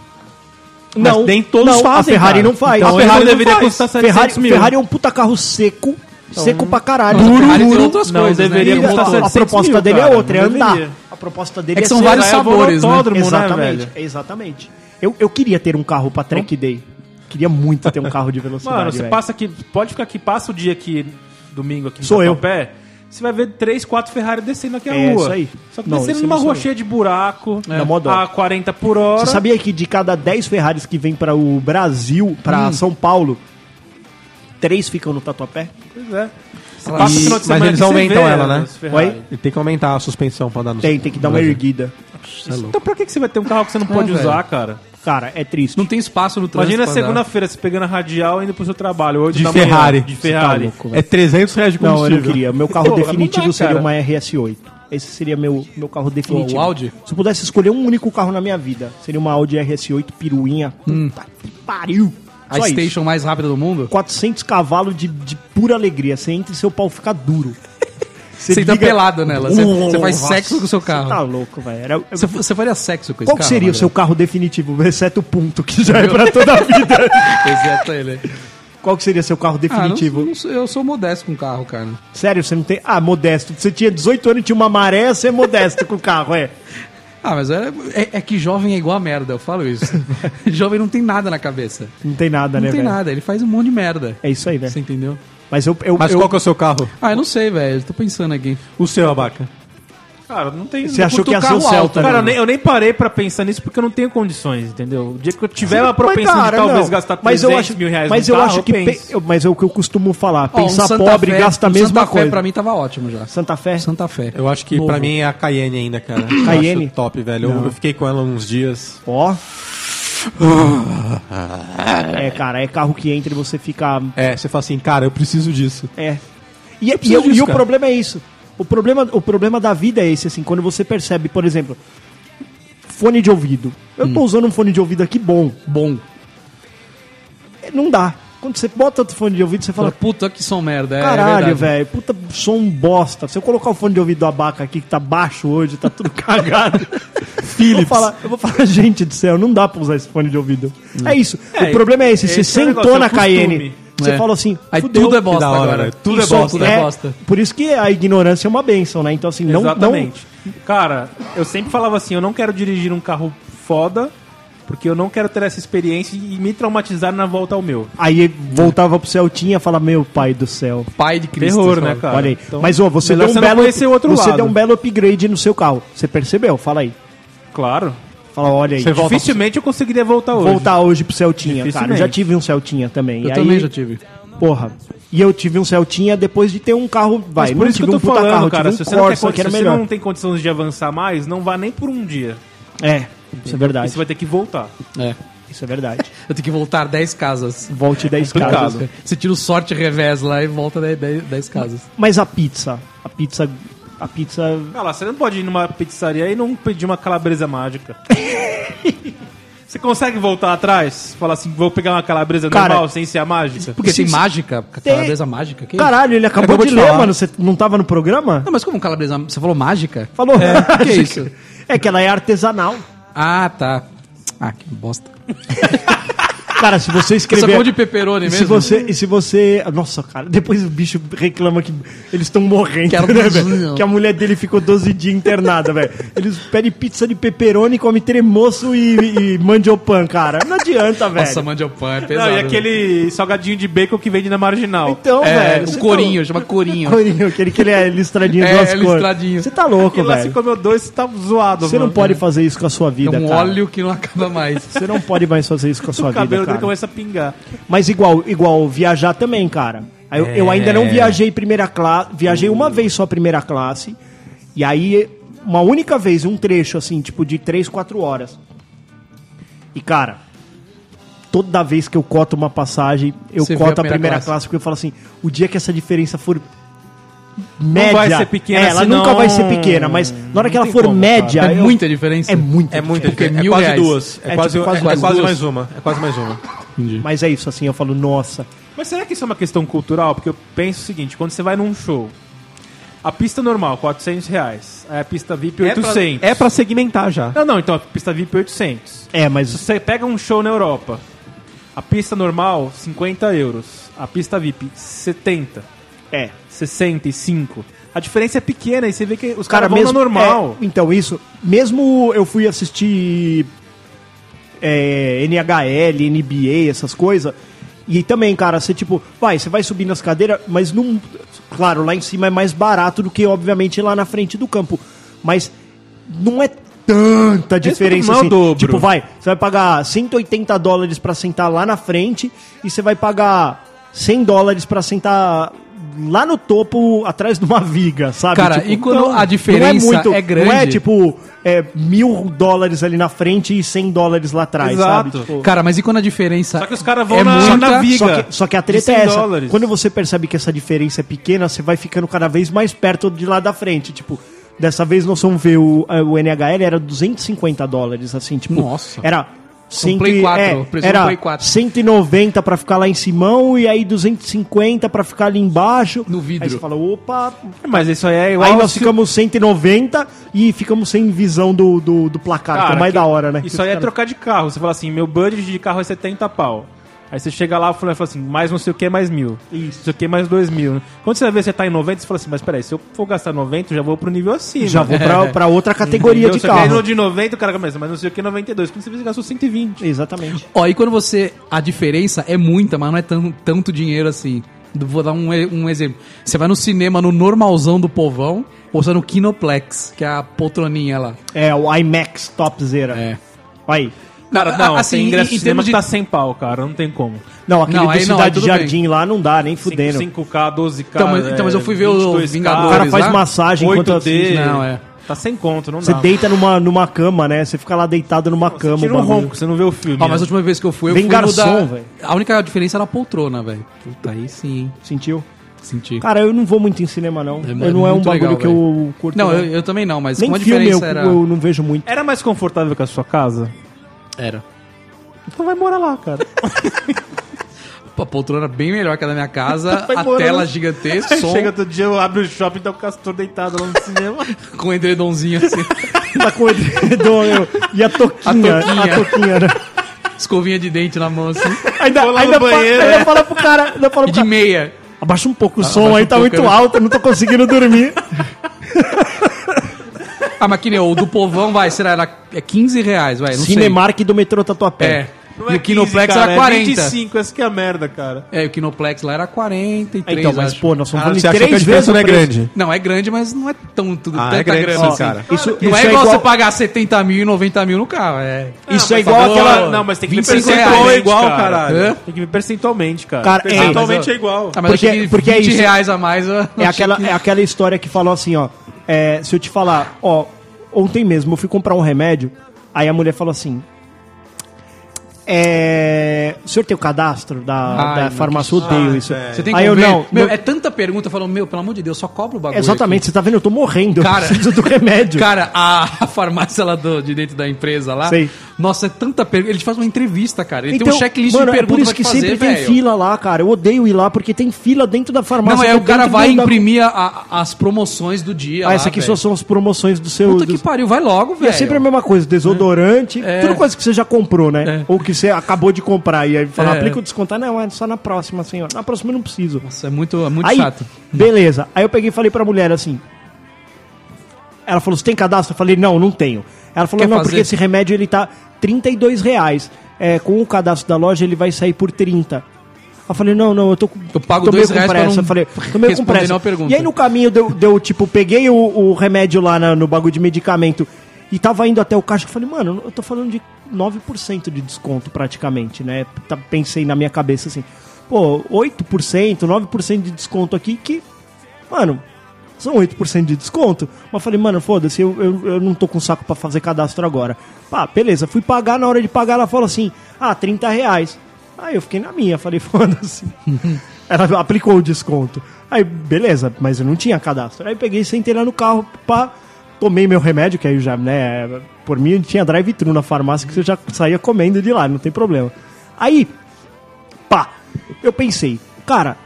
S1: Mas nem todos
S2: não,
S1: fazem,
S2: A Ferrari
S1: cara.
S2: não faz.
S3: Então
S2: a
S3: ele
S2: Ferrari não
S3: deveria
S2: faz.
S3: custar 700
S2: Ferrari,
S3: mil.
S2: Ferrari é um puta carro seco, seco pra caralho.
S4: Então, Mas a Ferrari tem um
S2: duro.
S4: outras
S3: não,
S4: coisas, né?
S3: deveria
S4: E
S2: E
S3: custar
S4: outra-
S2: tá a, a
S3: 700
S2: proposta
S3: mil,
S2: dele
S3: cara,
S2: é outra, é
S3: não
S2: andar.
S3: deveria.
S2: A proposta dele
S4: É que são
S2: ser-
S4: vários
S3: Aí eu vou no
S4: sabores, né?
S3: autódromo,
S2: Exatamente,
S3: velho? Então?
S2: exatamente. Eu, eu queria ter um carro pra track day. Queria muito ter um carro de velocidade.
S3: Mano, você
S2: velho.
S3: passa aqui, pode ficar aqui, passa o dia aqui domingo aqui no
S2: Sou eu.
S3: Tatuapé, você vai ver três, quatro Ferrari descendo aqui a
S2: É,
S3: rua.
S2: isso aí.
S3: Só que
S2: Não,
S3: descendo
S2: isso
S3: numa
S2: não sou
S3: rua
S2: eu.
S3: cheia de buraco,
S2: Dá mó dó.
S3: a 40 por hora.
S2: Você sabia que de cada 10 Ferraris que vem para o Brasil, para
S3: Hum.
S2: São Paulo, três ficam no Tatuapé?
S3: Pois é. Você
S4: E-
S3: passa o final
S1: mas
S3: de semana
S1: eles
S3: que você
S1: aumentam
S3: vê
S1: ela, né?
S3: as Ferrari.
S2: Oi?
S1: Ele tem que aumentar a suspensão pra andar no
S2: Tem, tem que dar uma
S1: Brasil.
S2: erguida.
S3: Então pra que que você vai ter um carro que você não pode
S4: velho.
S3: usar, cara?
S2: Cara, é triste.
S4: Não tem espaço no trânsito.
S3: Imagina
S4: pra andar.
S3: segunda-feira você pegando a radial e indo pro seu trabalho. oito
S1: De
S3: da manhã,
S1: Ferrari.
S3: De Ferrari.
S2: Você tá louco,
S1: É 300 reais de
S2: Não, eu
S1: combustível.
S2: não queria. Meu carro
S3: Pô,
S2: definitivo
S3: não dá,
S2: seria
S3: cara.
S2: uma RS8. Esse seria meu, meu carro definitivo.
S4: O Audi?
S2: Se eu pudesse escolher um único carro na minha vida, seria uma Audi RS8 piruinha. Puta que pariu!
S4: Hum. A
S2: Só isso.
S4: station mais rápida do mundo.
S2: 400 cavalos de, de pura alegria. Você entra e seu pau fica duro. Um
S4: Você tá pelado nela. Você, você faz
S2: Nossa,
S4: sexo com o seu carro.
S2: Tá louco, velho. Era-
S4: Você, você faria sexo com esse
S2: Qual que
S4: carro?
S2: seria o seu carro definitivo, exceto o ponto, que já é pra toda a vida?
S4: carro?
S1: é,
S4: Exato ele.
S2: Qual que seria seu carro
S4: é, Ah, não,
S2: definitivo?
S4: não sou- eu sou modesto com carro, cara.
S2: Sério, você não tem. Ah, modesto. Você tinha 18 anos e tinha uma maré, você é modesto com o carro, é.
S4: Ah, mas é, é- é que jovem é igual a merda, eu falo isso. jovem não tem nada na cabeça.
S2: Não tem nada,
S4: Não
S2: né,
S4: tem
S2: velho?
S4: nada, ele faz um monte de merda.
S2: É isso aí,
S4: Você
S2: velho.
S4: entendeu?
S2: Mas eu. eu,
S1: Mas
S2: eu-
S1: qual que é o seu carro?
S4: Ah, eu não sei, velho. Tô pensando aqui.
S1: O seu, Abaca.
S3: Cara, não tem...
S2: Você achou
S4: curto
S2: que ia ser o
S4: carro alto,
S2: Celta,
S3: Cara,
S2: né?
S3: eu nem, eu nem parei pra pensar nisso porque eu não tenho condições, entendeu? O dia que eu tiver uma propensão
S2: Mas, cara,
S3: de talvez
S2: não.
S3: gastar 300
S2: mas eu acho,
S3: mil reais
S2: Mas
S3: num
S2: eu
S3: carro,
S2: acho que. pe-
S3: penso.
S2: eu- mas é o que eu costumo falar.
S4: Ó, um
S2: Pensar
S4: Santa
S2: pobre
S4: Fé-
S2: gasta a
S4: um
S2: mesma
S4: Santa Fé
S2: coisa.
S4: pra mim tava ótimo já.
S2: Santa Fé?
S4: Santa Fé.
S1: Eu acho que
S4: Novo.
S1: pra mim é a Cayenne ainda, cara.
S2: Cayenne?
S1: Eu acho top, velho. Eu, eu fiquei com ela uns dias.
S2: Ó. É, cara, é carro que entra e você fica.
S1: É, você fala assim, cara, eu preciso disso.
S2: É. E, e-
S1: preciso
S2: e
S1: disso,
S2: o
S1: cara.
S2: problema é isso. O problema, o problema da vida é esse, assim, quando você percebe, por exemplo, fone de ouvido. Eu
S3: Hum.
S2: tô usando um fone de ouvido aqui bom.
S4: Bom.
S2: É, Não dá. Quando você bota outro fone de ouvido, você fala,
S4: Puta que som merda. É, é
S2: caralho,
S4: verdade.
S2: velho, puta som bosta. Se eu colocar o fone de ouvido do abaca aqui, que tá baixo hoje, tá tudo cagado. Philips. Eu vou, falar, eu vou falar, gente do céu, não dá pra usar esse fone de ouvido. É isso.
S3: É,
S2: o problema é esse,
S3: esse
S2: você
S3: é
S2: sentou
S3: o negócio, é
S2: na
S3: o costume.
S2: Cayenne. Você
S4: É.
S2: falou assim,
S4: Aí
S2: fudeu.
S4: tudo é
S1: Que
S4: bosta
S1: da hora,
S4: agora.
S1: velho. Tudo é
S2: Isso
S1: bosta.
S4: Tudo é bosta.
S2: Por isso que a ignorância é uma benção, né? Então, assim, não.
S3: Exatamente. Cara, eu sempre falava assim, eu não quero dirigir um carro foda porque eu não quero ter essa experiência e me traumatizar na volta ao meu.
S2: não- aí voltava pro Celtinha e falava, meu pai do céu.
S4: Pai de Cristo.
S3: Terror,
S4: sabe?
S3: né, cara?
S2: Olha aí.
S3: então,
S2: Mas, ô, você
S3: melhor
S2: deu um
S3: você não
S2: belo.
S3: conhecer o outro
S2: você
S3: lado.
S2: deu um belo upgrade no seu carro. Você percebeu? Fala aí.
S3: Claro.
S2: Fala, olha aí.
S1: Você volta-
S3: Dificilmente eu conseguiria voltar hoje.
S2: Voltar hoje pro Celtinha, cara. Eu já
S3: Dificilmente.
S2: tive um Celtinha também.
S4: Eu
S2: E
S4: também
S2: aí,
S4: já tive.
S2: Porra. E eu tive um Celtinha depois de ter um carro. Vai,
S3: Mas por
S2: não
S3: isso que eu
S2: tive
S3: tô
S2: um puta
S3: falando,
S2: carro, eu
S3: cara, se
S2: tive um
S3: você, não, quer,
S2: Corsa, que
S3: se
S2: era
S3: você
S2: melhor.
S3: não tem condições de avançar mais, não vá nem por um dia.
S2: É, isso é
S3: E
S2: verdade.
S3: você vai ter que voltar.
S4: É.
S2: Isso é verdade.
S4: Eu tenho que voltar 10 casas.
S2: Volte 10
S3: complicado.
S2: casas.
S4: Você tira o sorte revés lá e volta 10, casas.
S2: Mas a pizza. A pizza. A pizza.
S3: Ah lá, você não pode ir numa pizzaria e não pedir uma calabresa mágica. você consegue voltar atrás? Falar assim, vou pegar uma calabresa
S2: Cara,
S3: normal, sem ser a mágica?
S4: Porque
S2: Se-
S4: tem
S2: se-
S4: mágica, calabresa mágica. Que
S2: Caralho, ele acabou,
S1: Acabou
S2: de,
S1: de
S2: ler,
S1: falar.
S2: mano. Você não tava no programa?
S4: Isso? Não, mas como calabresa? Você falou mágica?
S2: Falou.
S4: É, que é isso?
S2: É que ela é artesanal.
S4: Ah, tá. Ah, que bosta.
S2: Cara, se você
S4: Você
S2: escrever.
S4: falou de pepperoni
S2: e
S4: mesmo?
S2: se você, e se você. Nossa, cara, depois o bicho reclama que eles estão morrendo,
S4: Que era
S2: né,
S4: um
S2: velho?
S4: vizinho.
S2: Que a mulher dele ficou 12 dias internada, velho. Eles pedem pizza de pepperoni, come tremoço e, e mandiopan, cara. Não adianta, velho.
S4: Nossa, mandiopan, é pesado.
S3: Não, e aquele salgadinho de bacon que vende na marginal.
S2: Então,
S4: É,
S2: velho.
S4: o
S2: você
S4: corinho,
S2: tá-
S4: chama corinho.
S2: Corinho, aquele que ele é listradinho
S4: É,
S2: duas
S4: é
S2: cores.
S4: listradinho.
S2: Você tá louco,
S3: e lá se
S2: velho.
S3: comeu dois, você tá zoado,
S2: Você não
S3: mano.
S2: pode fazer isso com a sua
S4: É
S2: vida,
S4: um
S2: cara.
S4: óleo que não acaba mais.
S2: Você não pode mais fazer isso com a sua
S3: O cabelo
S2: vida,
S3: dele
S2: cara.
S3: começa a pingar.
S2: Mas igual, igual viajar também, cara. Aí Eu, eu ainda não viajei primeira classe, viajei uma vez só primeira classe. E aí uma única vez, um trecho assim, tipo de 3, 4 horas. E cara, toda vez que eu coto uma passagem, eu
S4: Você vê
S2: coto a primeira, classe. porque eu falo assim, o dia que essa diferença for média,
S3: vai ser pequena,
S2: é, ela
S3: senão-
S2: nunca vai ser pequena, mas na hora que ela for
S3: como,
S2: média,
S4: É
S2: eu-
S4: muita diferença.
S2: é muito,
S1: É muito
S4: Porque
S1: diferente. É
S4: mil
S1: quase
S4: reais.
S1: duas.
S2: É
S1: É, quase,
S2: tipo quase
S1: é
S2: mais
S1: quase
S4: duas.
S1: mais uma. É quase mais uma.
S2: mas é isso assim, eu falo, nossa,
S3: Mas será que isso é uma questão cultural? Porque eu penso o seguinte, quando você vai num show, a pista normal, 400 reais. Aí a pista VIP, 800.
S1: É pra segmentar já.
S3: Não, não, então a pista VIP, 800.
S2: é,
S3: Se
S2: mas
S3: você pega um show na Europa, a pista normal, 50 euros. A pista VIP, 70,
S2: é,
S3: 65. A diferença é pequena e você vê que os
S2: Cara,
S3: caras vão
S2: mesmo
S3: na normal.
S2: é, então, isso. Mesmo eu fui assistir é, NHL, NBA, essas coisas. E também, cara, você tipo, vai, você vai subir nas cadeiras, mas não. Claro, lá em cima é mais barato do que, obviamente, lá na frente do campo. Mas não é tanta diferença
S3: não é o
S2: assim.
S3: dobro.
S2: Tipo, vai, você vai pagar 180 dólares pra sentar lá na frente e você vai pagar 100 dólares pra sentar lá no topo, atrás de uma viga, sabe? tipo,
S4: Cara, e quando a diferença é grande-
S2: Não é tipo é, mil dólares ali na frente e 100 dólares lá atrás, sabe?
S3: Exato.
S1: um.
S2: Tipo,
S4: Cara, mas e quando a diferença.
S3: Só que os caras vão
S4: é
S3: na-
S4: muita,
S3: na viga.
S2: só, que, só que a
S3: De
S2: treta
S3: 100
S2: é essa.
S3: dólares.
S2: Quando você percebe que essa diferença é pequena, você vai ficando cada vez mais perto de lá da frente. Tipo, dessa vez nós vamos ver o, eh, o NHL era 250 dólares, assim, tipo.
S4: Nossa. Um
S2: Era. Cento,
S4: Play 4,
S2: é,
S4: preço do
S2: era
S4: Play 4.
S2: 190 pra ficar lá em Simão e aí 250 pra ficar ali embaixo.
S4: No vidro.
S2: Aí você fala, opa.
S3: Mas isso aí é igual.
S2: Aí nós
S3: se-
S2: ficamos 190 e ficamos sem visão do, do, do placar, que é
S3: Cara,
S2: mais
S3: que-
S2: da hora, né?
S3: Isso aí é trocar de carro. Você fala assim, meu budget de carro é 70 pau. Aí você chega lá e fala fala assim, mais não sei o que, mais mil. Isso. Não sei o que, mais dois mil. Quando você vê que você tá em 90, você fala assim, mas peraí, se eu for gastar 90, eu já vou pro nível acima.
S2: Já vou pra, pra outra categoria de
S3: Você
S2: carro.
S3: de 90, o cara começa, mas não sei o que, 92. Quando você vê, você gastou 120.
S2: Exatamente.
S4: Ó, e quando você. A diferença é muita, mas não é tão, tanto dinheiro assim. Do- Vou dar um, e- um exemplo. Você vai no cinema no normalzão do povão, ou você vai no Kinoplex, que é a poltroninha lá.
S2: É, o IMAX Top Zera.
S4: É.
S2: Olha Aí.
S3: Cara, não,
S4: assim,
S3: tem ingresso
S4: em- em
S3: de cinema
S4: termos
S3: que
S4: de-
S3: tá 100 pau, cara. Não tem como.
S2: Não, aquele
S4: Não,
S2: do
S4: aí não, aí
S2: Cidade
S4: tudo
S2: Jardim lá não dá, nem fudendo.
S3: 5, k 12K.
S4: Então, mas- então, mas eu fui ver o
S3: 22K,
S4: Vingadores
S2: o cara faz
S4: lá,
S2: massagem enquanto
S3: 8D.
S2: assiste.
S4: Não, é.
S3: Tá sem conto, não
S2: Você
S3: dá.
S2: deita numa, numa cama, né? Você fica lá deitado numa cama.
S3: Tira
S2: o
S3: um
S2: bagulho.
S3: ronco, você não vê o filme.
S4: Ó,
S3: né?
S4: mas a última vez que eu fui, eu
S2: Vem
S4: fui no
S2: garçom,
S4: da-
S2: velho.
S4: A única diferença era a poltrona, velho. Puta, aí sim,
S2: Sentiu?
S4: senti.
S2: Cara, eu não vou muito em cinema, não.
S4: É,
S2: Eu
S4: é
S2: não é um
S4: muito
S2: bagulho
S4: legal,
S2: que
S4: velho.
S2: eu curto.
S4: Não,
S3: né?
S2: não.
S4: eu, eu também não, mas
S2: Nem
S4: uma
S2: filme eu,
S4: diferença era...
S2: eu não vejo muito.
S3: Era mais confortável que a sua casa?
S4: Era.
S3: Então vai morar lá, cara.
S4: A poltrona é bem melhor que a da minha casa,
S3: Vai
S4: a
S3: morando.
S4: tela gigantesca, som
S3: Chega outro dia, eu abro o shopping e tá o castor deitado lá no cinema.
S4: com o edredomzinho assim,
S2: tá com o edredom, eu- e a toquinha.
S4: A
S2: A
S4: toquinha.
S2: toquinha, né?
S4: escovinha de dente na mão assim,
S2: Ainda,
S3: lá no
S2: ainda, fa-
S3: banheiro.
S2: ainda fala pro cara. Ainda fala pro
S4: e de
S2: cara
S4: meia.
S2: abaixa um pouco o som
S4: abaixa
S2: aí,
S4: um
S2: tá
S4: pouco,
S2: muito
S4: né?
S2: alto, eu não tô conseguindo dormir.
S4: Ah, mas que nem o do povão, vai, será? Era, é 15 reais, vai, não
S2: Cinemark do metrô tá Tatuapé.
S4: sei. É. E o Kinoplex
S3: é
S4: era 40.
S3: 25, essa que é a merda, cara.
S4: É, o Kinoplex lá era 43,
S2: Então, mas
S4: acho.
S2: pô, nós
S1: Cara,
S2: somos
S1: você
S2: falando de
S1: acha que a
S2: três vezes
S1: diferença
S2: o
S1: não é
S2: preço.
S1: grande?
S4: Não, é grande, mas não é tão, tudo,
S1: Ah,
S4: tanta
S1: é grande
S4: grana,
S1: sim,
S4: assim.
S1: cara.
S2: Isso,
S4: Não
S2: isso
S4: é igual você pagar 70 mil e 90 mil no carro, é...
S2: Isso é
S3: mas
S2: igual
S3: tá bom,
S2: aquela-
S3: Não, mas tem que
S4: 25
S3: percentual
S4: reais,
S3: é igual,
S4: cara.
S3: caralho.
S4: Hã?
S3: Tem que ver percentualmente, cara.
S2: Cara, é.
S3: percentualmente
S4: Ah,
S3: é igual.
S4: Ah, mas
S2: Porque-
S4: porque,
S2: porque é
S4: 20
S2: isso.
S4: reais a mais... eu achei
S2: É aquela,
S4: que-
S2: é aquela história que falou assim, ó. é, se eu te falar, ó, ontem mesmo eu fui comprar um remédio, aí a mulher falou assim. É, o senhor tem o cadastro da,
S4: Ai,
S2: da
S4: meu
S2: farmácia? Eu Odeio isso.
S1: velho.
S4: Você tem que
S2: aí eu
S4: conver-
S2: não.
S4: Meu,
S2: não-
S4: é tanta pergunta, eu falo, meu, pelo amor de Deus, só cobra o bagulho.
S2: exatamente, você tá vendo? Eu tô morrendo.
S4: Cara-
S2: eu preciso do remédio.
S4: aqui. Cara, a, a farmácia lá do, de dentro da empresa lá.
S2: Sei.
S4: Nossa, é tanta pergunta. Ele te faz uma entrevista, cara. Ele tem um checklist
S2: mano,
S4: de
S2: é por
S4: perguntas
S2: isso
S4: pra
S2: que
S4: te fazer,
S2: sempre tem
S4: velho.
S2: fila lá, cara. Eu odeio ir lá porque tem fila dentro da farmácia.
S4: Não, é
S2: tô
S4: o cara
S2: dentro
S4: vai
S2: do- da-
S4: imprimir a- a- as promoções do dia.
S2: Ah,
S4: lá,
S2: essa aqui só
S4: velho.
S2: são as promoções do seu.
S4: Puta
S2: do-
S4: que pariu, vai logo,
S2: E
S4: velho.
S2: é sempre a mesma coisa, desodorante,
S4: É.
S2: tudo coisa que você já comprou, né?
S4: É.
S2: Ou que você acabou de comprar e aí fala,
S4: É.
S2: aplica o desconto. Ah, não, é só na próxima, senhor. Na próxima eu não preciso.
S4: Nossa, é muito, é muito
S2: aí,
S4: chato.
S2: beleza. Aí eu peguei e falei pra mulher assim. Ela falou, você tem cadastro? Eu falei, não, não tenho. Ela falou,
S4: Quer
S2: não,
S4: fazer?
S2: porque esse remédio ele tá 32 reais. É, com o cadastro da loja ele vai sair por 30. Eu falei, não, não, eu tô com.
S4: Eu pago
S2: tô meio
S4: dois
S2: com
S4: reais pra
S2: pressa.
S4: não
S2: Eu falei, tô meio com
S4: responder
S2: pressa.
S4: nenhuma pergunta.
S2: E aí no caminho deu, deu tipo, peguei o, o remédio lá na- no bagulho de medicamento e tava indo até o caixa. Eu falei, mano, eu tô falando de 9% de desconto praticamente, né? Tá- Pensei na minha cabeça assim, pô, 8%, 9% de desconto aqui que, mano. São 8% de desconto. Mas eu falei, mano, foda-se, eu, eu, eu não tô com saco pra fazer cadastro agora. Pá, beleza, fui pagar, na hora de pagar ela falou assim, ah, 30 reais. Aí eu fiquei na minha, falei, foda-se. Ela aplicou o desconto. Aí, beleza, mas eu não tinha cadastro. Aí peguei, sentei lá no carro, pá, tomei meu remédio, que aí já, né, por mim tinha drive-thru na farmácia que você já saía comendo de lá, não tem problema. Aí, pá, eu pensei, cara,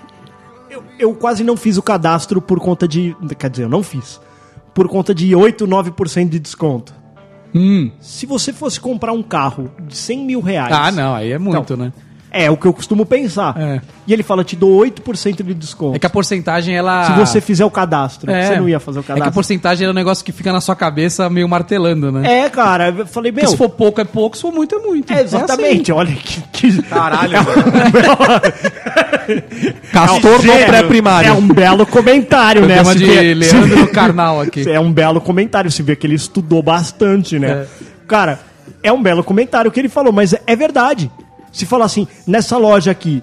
S2: eu, eu quase não fiz o cadastro por conta de. Quer dizer, eu não fiz. Por conta de 8, 9% de desconto.
S4: Hum.
S2: Se você fosse comprar um carro de 100 mil reais.
S4: Ah, não, aí é muito, né?
S2: É o que eu costumo pensar.
S4: Ah, É.
S2: E ele fala, te dou 8% de desconto.
S4: É que a porcentagem, ela...
S2: Se você fizer o cadastro. Você não ia fazer o
S4: É que a
S2: cadastro.
S4: porcentagem é um negócio que fica na sua cabeça meio martelando, né?
S2: É, cara, eu falei, meu...
S4: Porque se for pouco é pouco, se for muito é assim. muito.
S2: é, exatamente, olha que... que...
S1: Caralho, mano.
S2: Castor
S1: no pré-primário.
S2: É um belo comentário, né?
S4: Programa
S2: Se
S4: de
S2: vê- se
S4: Leandro
S2: vê-
S4: Carnal aqui.
S2: É um belo comentário. Se vê que ele estudou bastante, né? Cara, é um belo comentário que ele falou, mas é- é verdade. Se falar assim, nessa loja aqui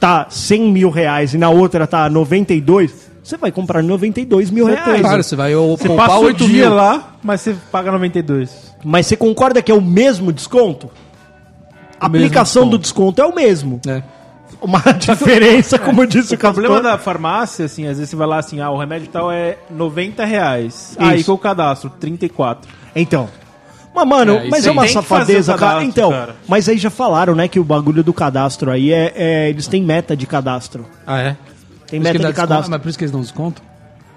S2: tá 100 mil reais e na outra tá 92, você vai comprar 92 mil reais.
S4: Ah, Claro, você vai ou
S3: Você
S4: poupar
S3: passa o
S4: 8
S3: dia
S4: mil.
S3: lá, mas você paga 92.
S2: Mas você concorda que é o mesmo desconto? A
S4: mesmo
S2: aplicação do desconto é o mesmo.
S4: É.
S2: Uma diferença, como disse o
S3: O problema
S2: Castor.
S3: da farmácia, assim, às vezes você vai lá assim, ah, o remédio tal é 90 reais. Aí que eu cadastro, 34.
S2: Então. Mas, mano,
S4: É, isso
S2: mas é
S4: aí.
S2: uma
S3: Tem que
S2: safadeza,
S3: fazer o
S2: cara.
S3: cadastro,
S2: Então,
S3: cara.
S2: mas aí já falaram, né, que o bagulho do cadastro aí é. é- eles têm meta de cadastro.
S1: Ah, é?
S2: Tem
S4: Por isso que
S2: meta de
S4: dá desconto, Ah,
S2: cadastro.
S4: Mas por isso que eles dão desconto?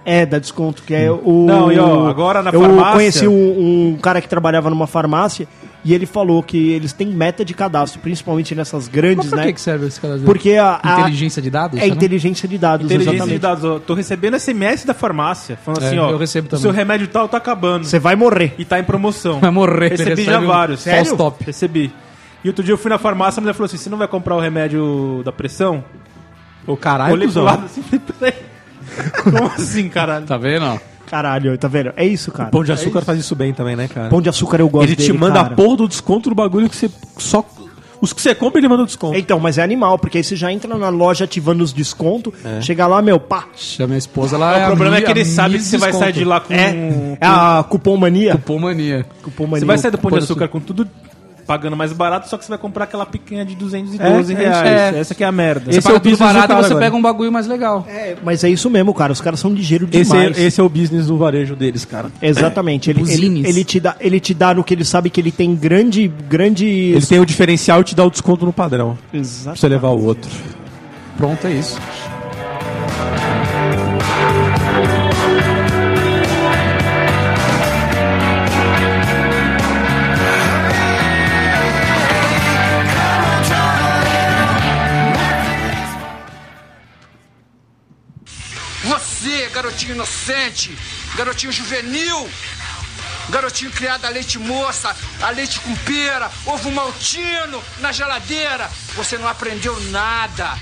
S2: É, dá desconto, que é o.
S3: Não, e ó, agora na
S2: eu
S3: farmácia-
S2: conheci um, um cara que trabalhava numa farmácia e ele falou que eles têm meta de cadastro, principalmente nessas
S4: Mas
S2: grandes,
S4: pra
S2: né?
S4: que que serve esse cadastro?
S2: Porque a, a-
S4: Inteligência de dados?
S2: É
S4: será?
S2: inteligência de dados,
S3: Inteligência de
S2: exatamente.
S3: dados, ó, tô recebendo SMS da farmácia, falando
S4: É,
S3: assim, ó,
S4: eu recebo
S3: o
S4: também.
S3: seu remédio tal tá acabando
S2: Você vai morrer.
S3: e tá em promoção.
S4: Vai morrer,
S3: Recebi
S4: recebe
S3: já
S4: um
S3: vários.
S4: false top.
S3: Recebi. E outro dia eu fui na farmácia, a mulher falou assim, você não vai comprar o remédio da pressão?
S1: Ô,
S3: Aí
S1: caralho,
S3: Olhei pro
S1: cuzão.
S3: lado assim, falei, peraí. Como assim, caralho?
S4: Tá vendo? ó?
S2: Caralho, tá vendo? É isso, cara.
S1: Pão de açúcar faz isso bem também, né, cara?
S2: Pão de açúcar eu gosto
S1: Ele te
S2: dele,
S1: manda
S2: cara.
S1: a porra do desconto do bagulho que você só. Os que você compra, ele manda o desconto.
S2: Então, mas é animal, porque aí você já entra na loja ativando os descontos,
S1: É.
S2: chega lá, meu, pá.
S4: Chama minha esposa lá.
S3: o problema é que ele
S4: eles
S3: sabe
S4: sabem
S3: que você vai sair de lá com...
S2: É, é a cupom mania.
S4: Pô, mania.
S2: Cupom
S3: Você
S2: mania.
S3: vai sair do Pão de
S4: Pão de
S3: Açúcar com tudo pagando mais barato, só que você vai comprar aquela picanha de 212 reais.
S4: é.
S3: Essa que é a merda.
S4: Você
S1: Esse é o
S4: paga tudo
S1: business do
S4: barato e
S1: cara
S4: você
S1: agora.
S4: pega um bagulho mais legal.
S2: É, mas é isso mesmo, cara. Os caras são ligeiros
S1: Esse é,
S2: demais.
S1: esse é o business do varejo deles, cara.
S2: Exatamente. Ele, ele,
S4: Buzines.
S2: ele te dá, ele te dá no que ele sabe que ele tem grande, grande.
S1: Ele tem o diferencial e te dá o desconto no padrão. Pra
S2: Exato.
S1: você levar o outro.
S4: Pronto, é isso.
S5: Você, garotinho inocente, garotinho juvenil, garotinho criado a leite moça, a leite com pera, ovo maltino na geladeira, você não aprendeu nada.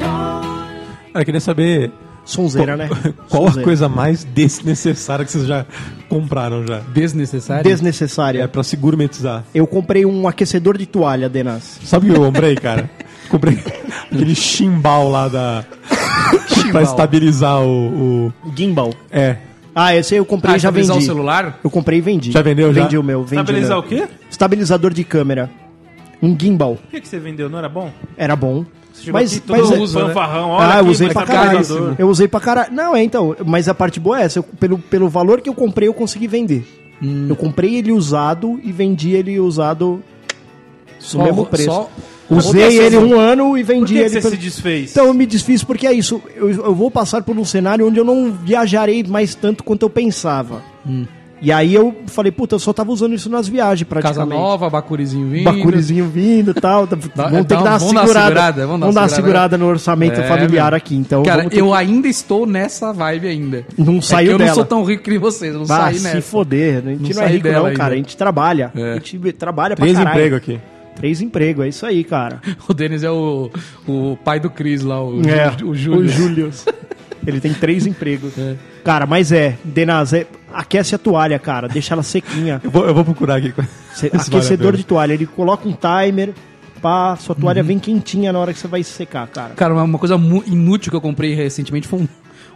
S1: Cara, eu queria saber
S2: Sonzeira, né?
S1: qual a
S2: Sonzeira.
S1: coisa mais desnecessária que vocês já compraram já.
S4: Desnecessário.
S1: É
S2: desnecessária.
S1: pra se gourmetizar.
S2: Eu comprei um aquecedor de toalha, Denas.
S1: Sabe o que eu comprei, cara? comprei aquele chimbal lá da. pra estabilizar o, o-
S2: Gimbal.
S1: É.
S2: Ah, esse aí eu comprei
S4: Ah,
S2: e já vendi.
S4: estabilizar o celular?
S2: Eu comprei e vendi.
S1: Já vendeu, já?
S2: Vendi o meu. Vendi
S3: Estabilizar
S2: meu.
S3: o quê?
S2: Estabilizador de câmera. Um gimbal.
S3: Por que, que você vendeu? Não era bom?
S2: Era bom.
S3: Você chegou
S2: Mas,
S3: aqui todo
S2: mas é-
S4: usa, né?
S3: fanfarrão, olha
S2: Ah, eu
S3: aqui,
S2: usei
S3: mas tá
S2: pra
S3: estabilizador.
S2: caralho. Eu usei pra caralho. Não, é então, mas a parte boa é essa. eu- pelo, pelo valor que eu comprei, eu consegui vender.
S3: Hum.
S2: Eu comprei ele usado e vendi ele usado no mesmo preço.
S4: Só
S2: Usei ele um ano e
S3: Por
S2: vendi
S3: que, que
S2: ele.
S3: você
S2: pelo-
S3: se desfez?
S2: Então eu me desfiz porque é isso. Eu, eu vou passar por um cenário onde eu não viajarei mais tanto quanto eu pensava.
S3: Hum.
S2: E aí eu falei, puta, eu só tava usando isso nas viagens
S4: Casa
S2: praticamente.
S4: Nova, Bacurizinho vindo.
S2: Bacurizinho vindo e tal. Tá,
S4: Dá-
S2: vamos ter
S4: dá-
S2: que dar uma
S4: vamos dar
S2: segurada.
S4: uma segurada,
S2: Vamos dar uma segurada no orçamento
S4: É,
S2: familiar
S4: meu.
S2: aqui. Então,
S4: Cara,
S2: vamos ter
S4: eu
S2: que-
S4: ainda estou nessa vibe ainda.
S2: Não saiu
S4: é que eu
S2: dela.
S4: não sou tão rico que vocês, eu não
S2: Ah,
S4: saí
S2: se
S4: nessa.
S2: foder. A gente não,
S4: Não
S2: é
S4: saí
S2: rico, não,
S4: dela
S2: cara.
S4: ainda.
S2: A gente trabalha.
S4: É.
S2: A gente trabalha pra
S1: Três
S2: caralho.
S1: empregos aqui.
S2: Três empregos, é isso aí, cara.
S4: O Denis é o, o pai do Cris lá, o,
S2: É.
S1: É,
S4: Ju-
S2: Júlio.
S4: o Júlio.
S2: O Júlio. Ele tem três empregos. Cara, mas é, Denaz, é, aquece a toalha, cara. Deixa ela sequinha.
S1: Eu vou, eu vou procurar aqui.
S2: Cê-
S1: Esse vale a
S2: aquecedor
S1: pena. Uhum.
S2: de toalha. Ele coloca um timer, pá, sua toalha vem quentinha na hora que você vai secar, cara.
S4: Cara, uma- uma coisa mu- inútil que eu comprei recentemente foi um,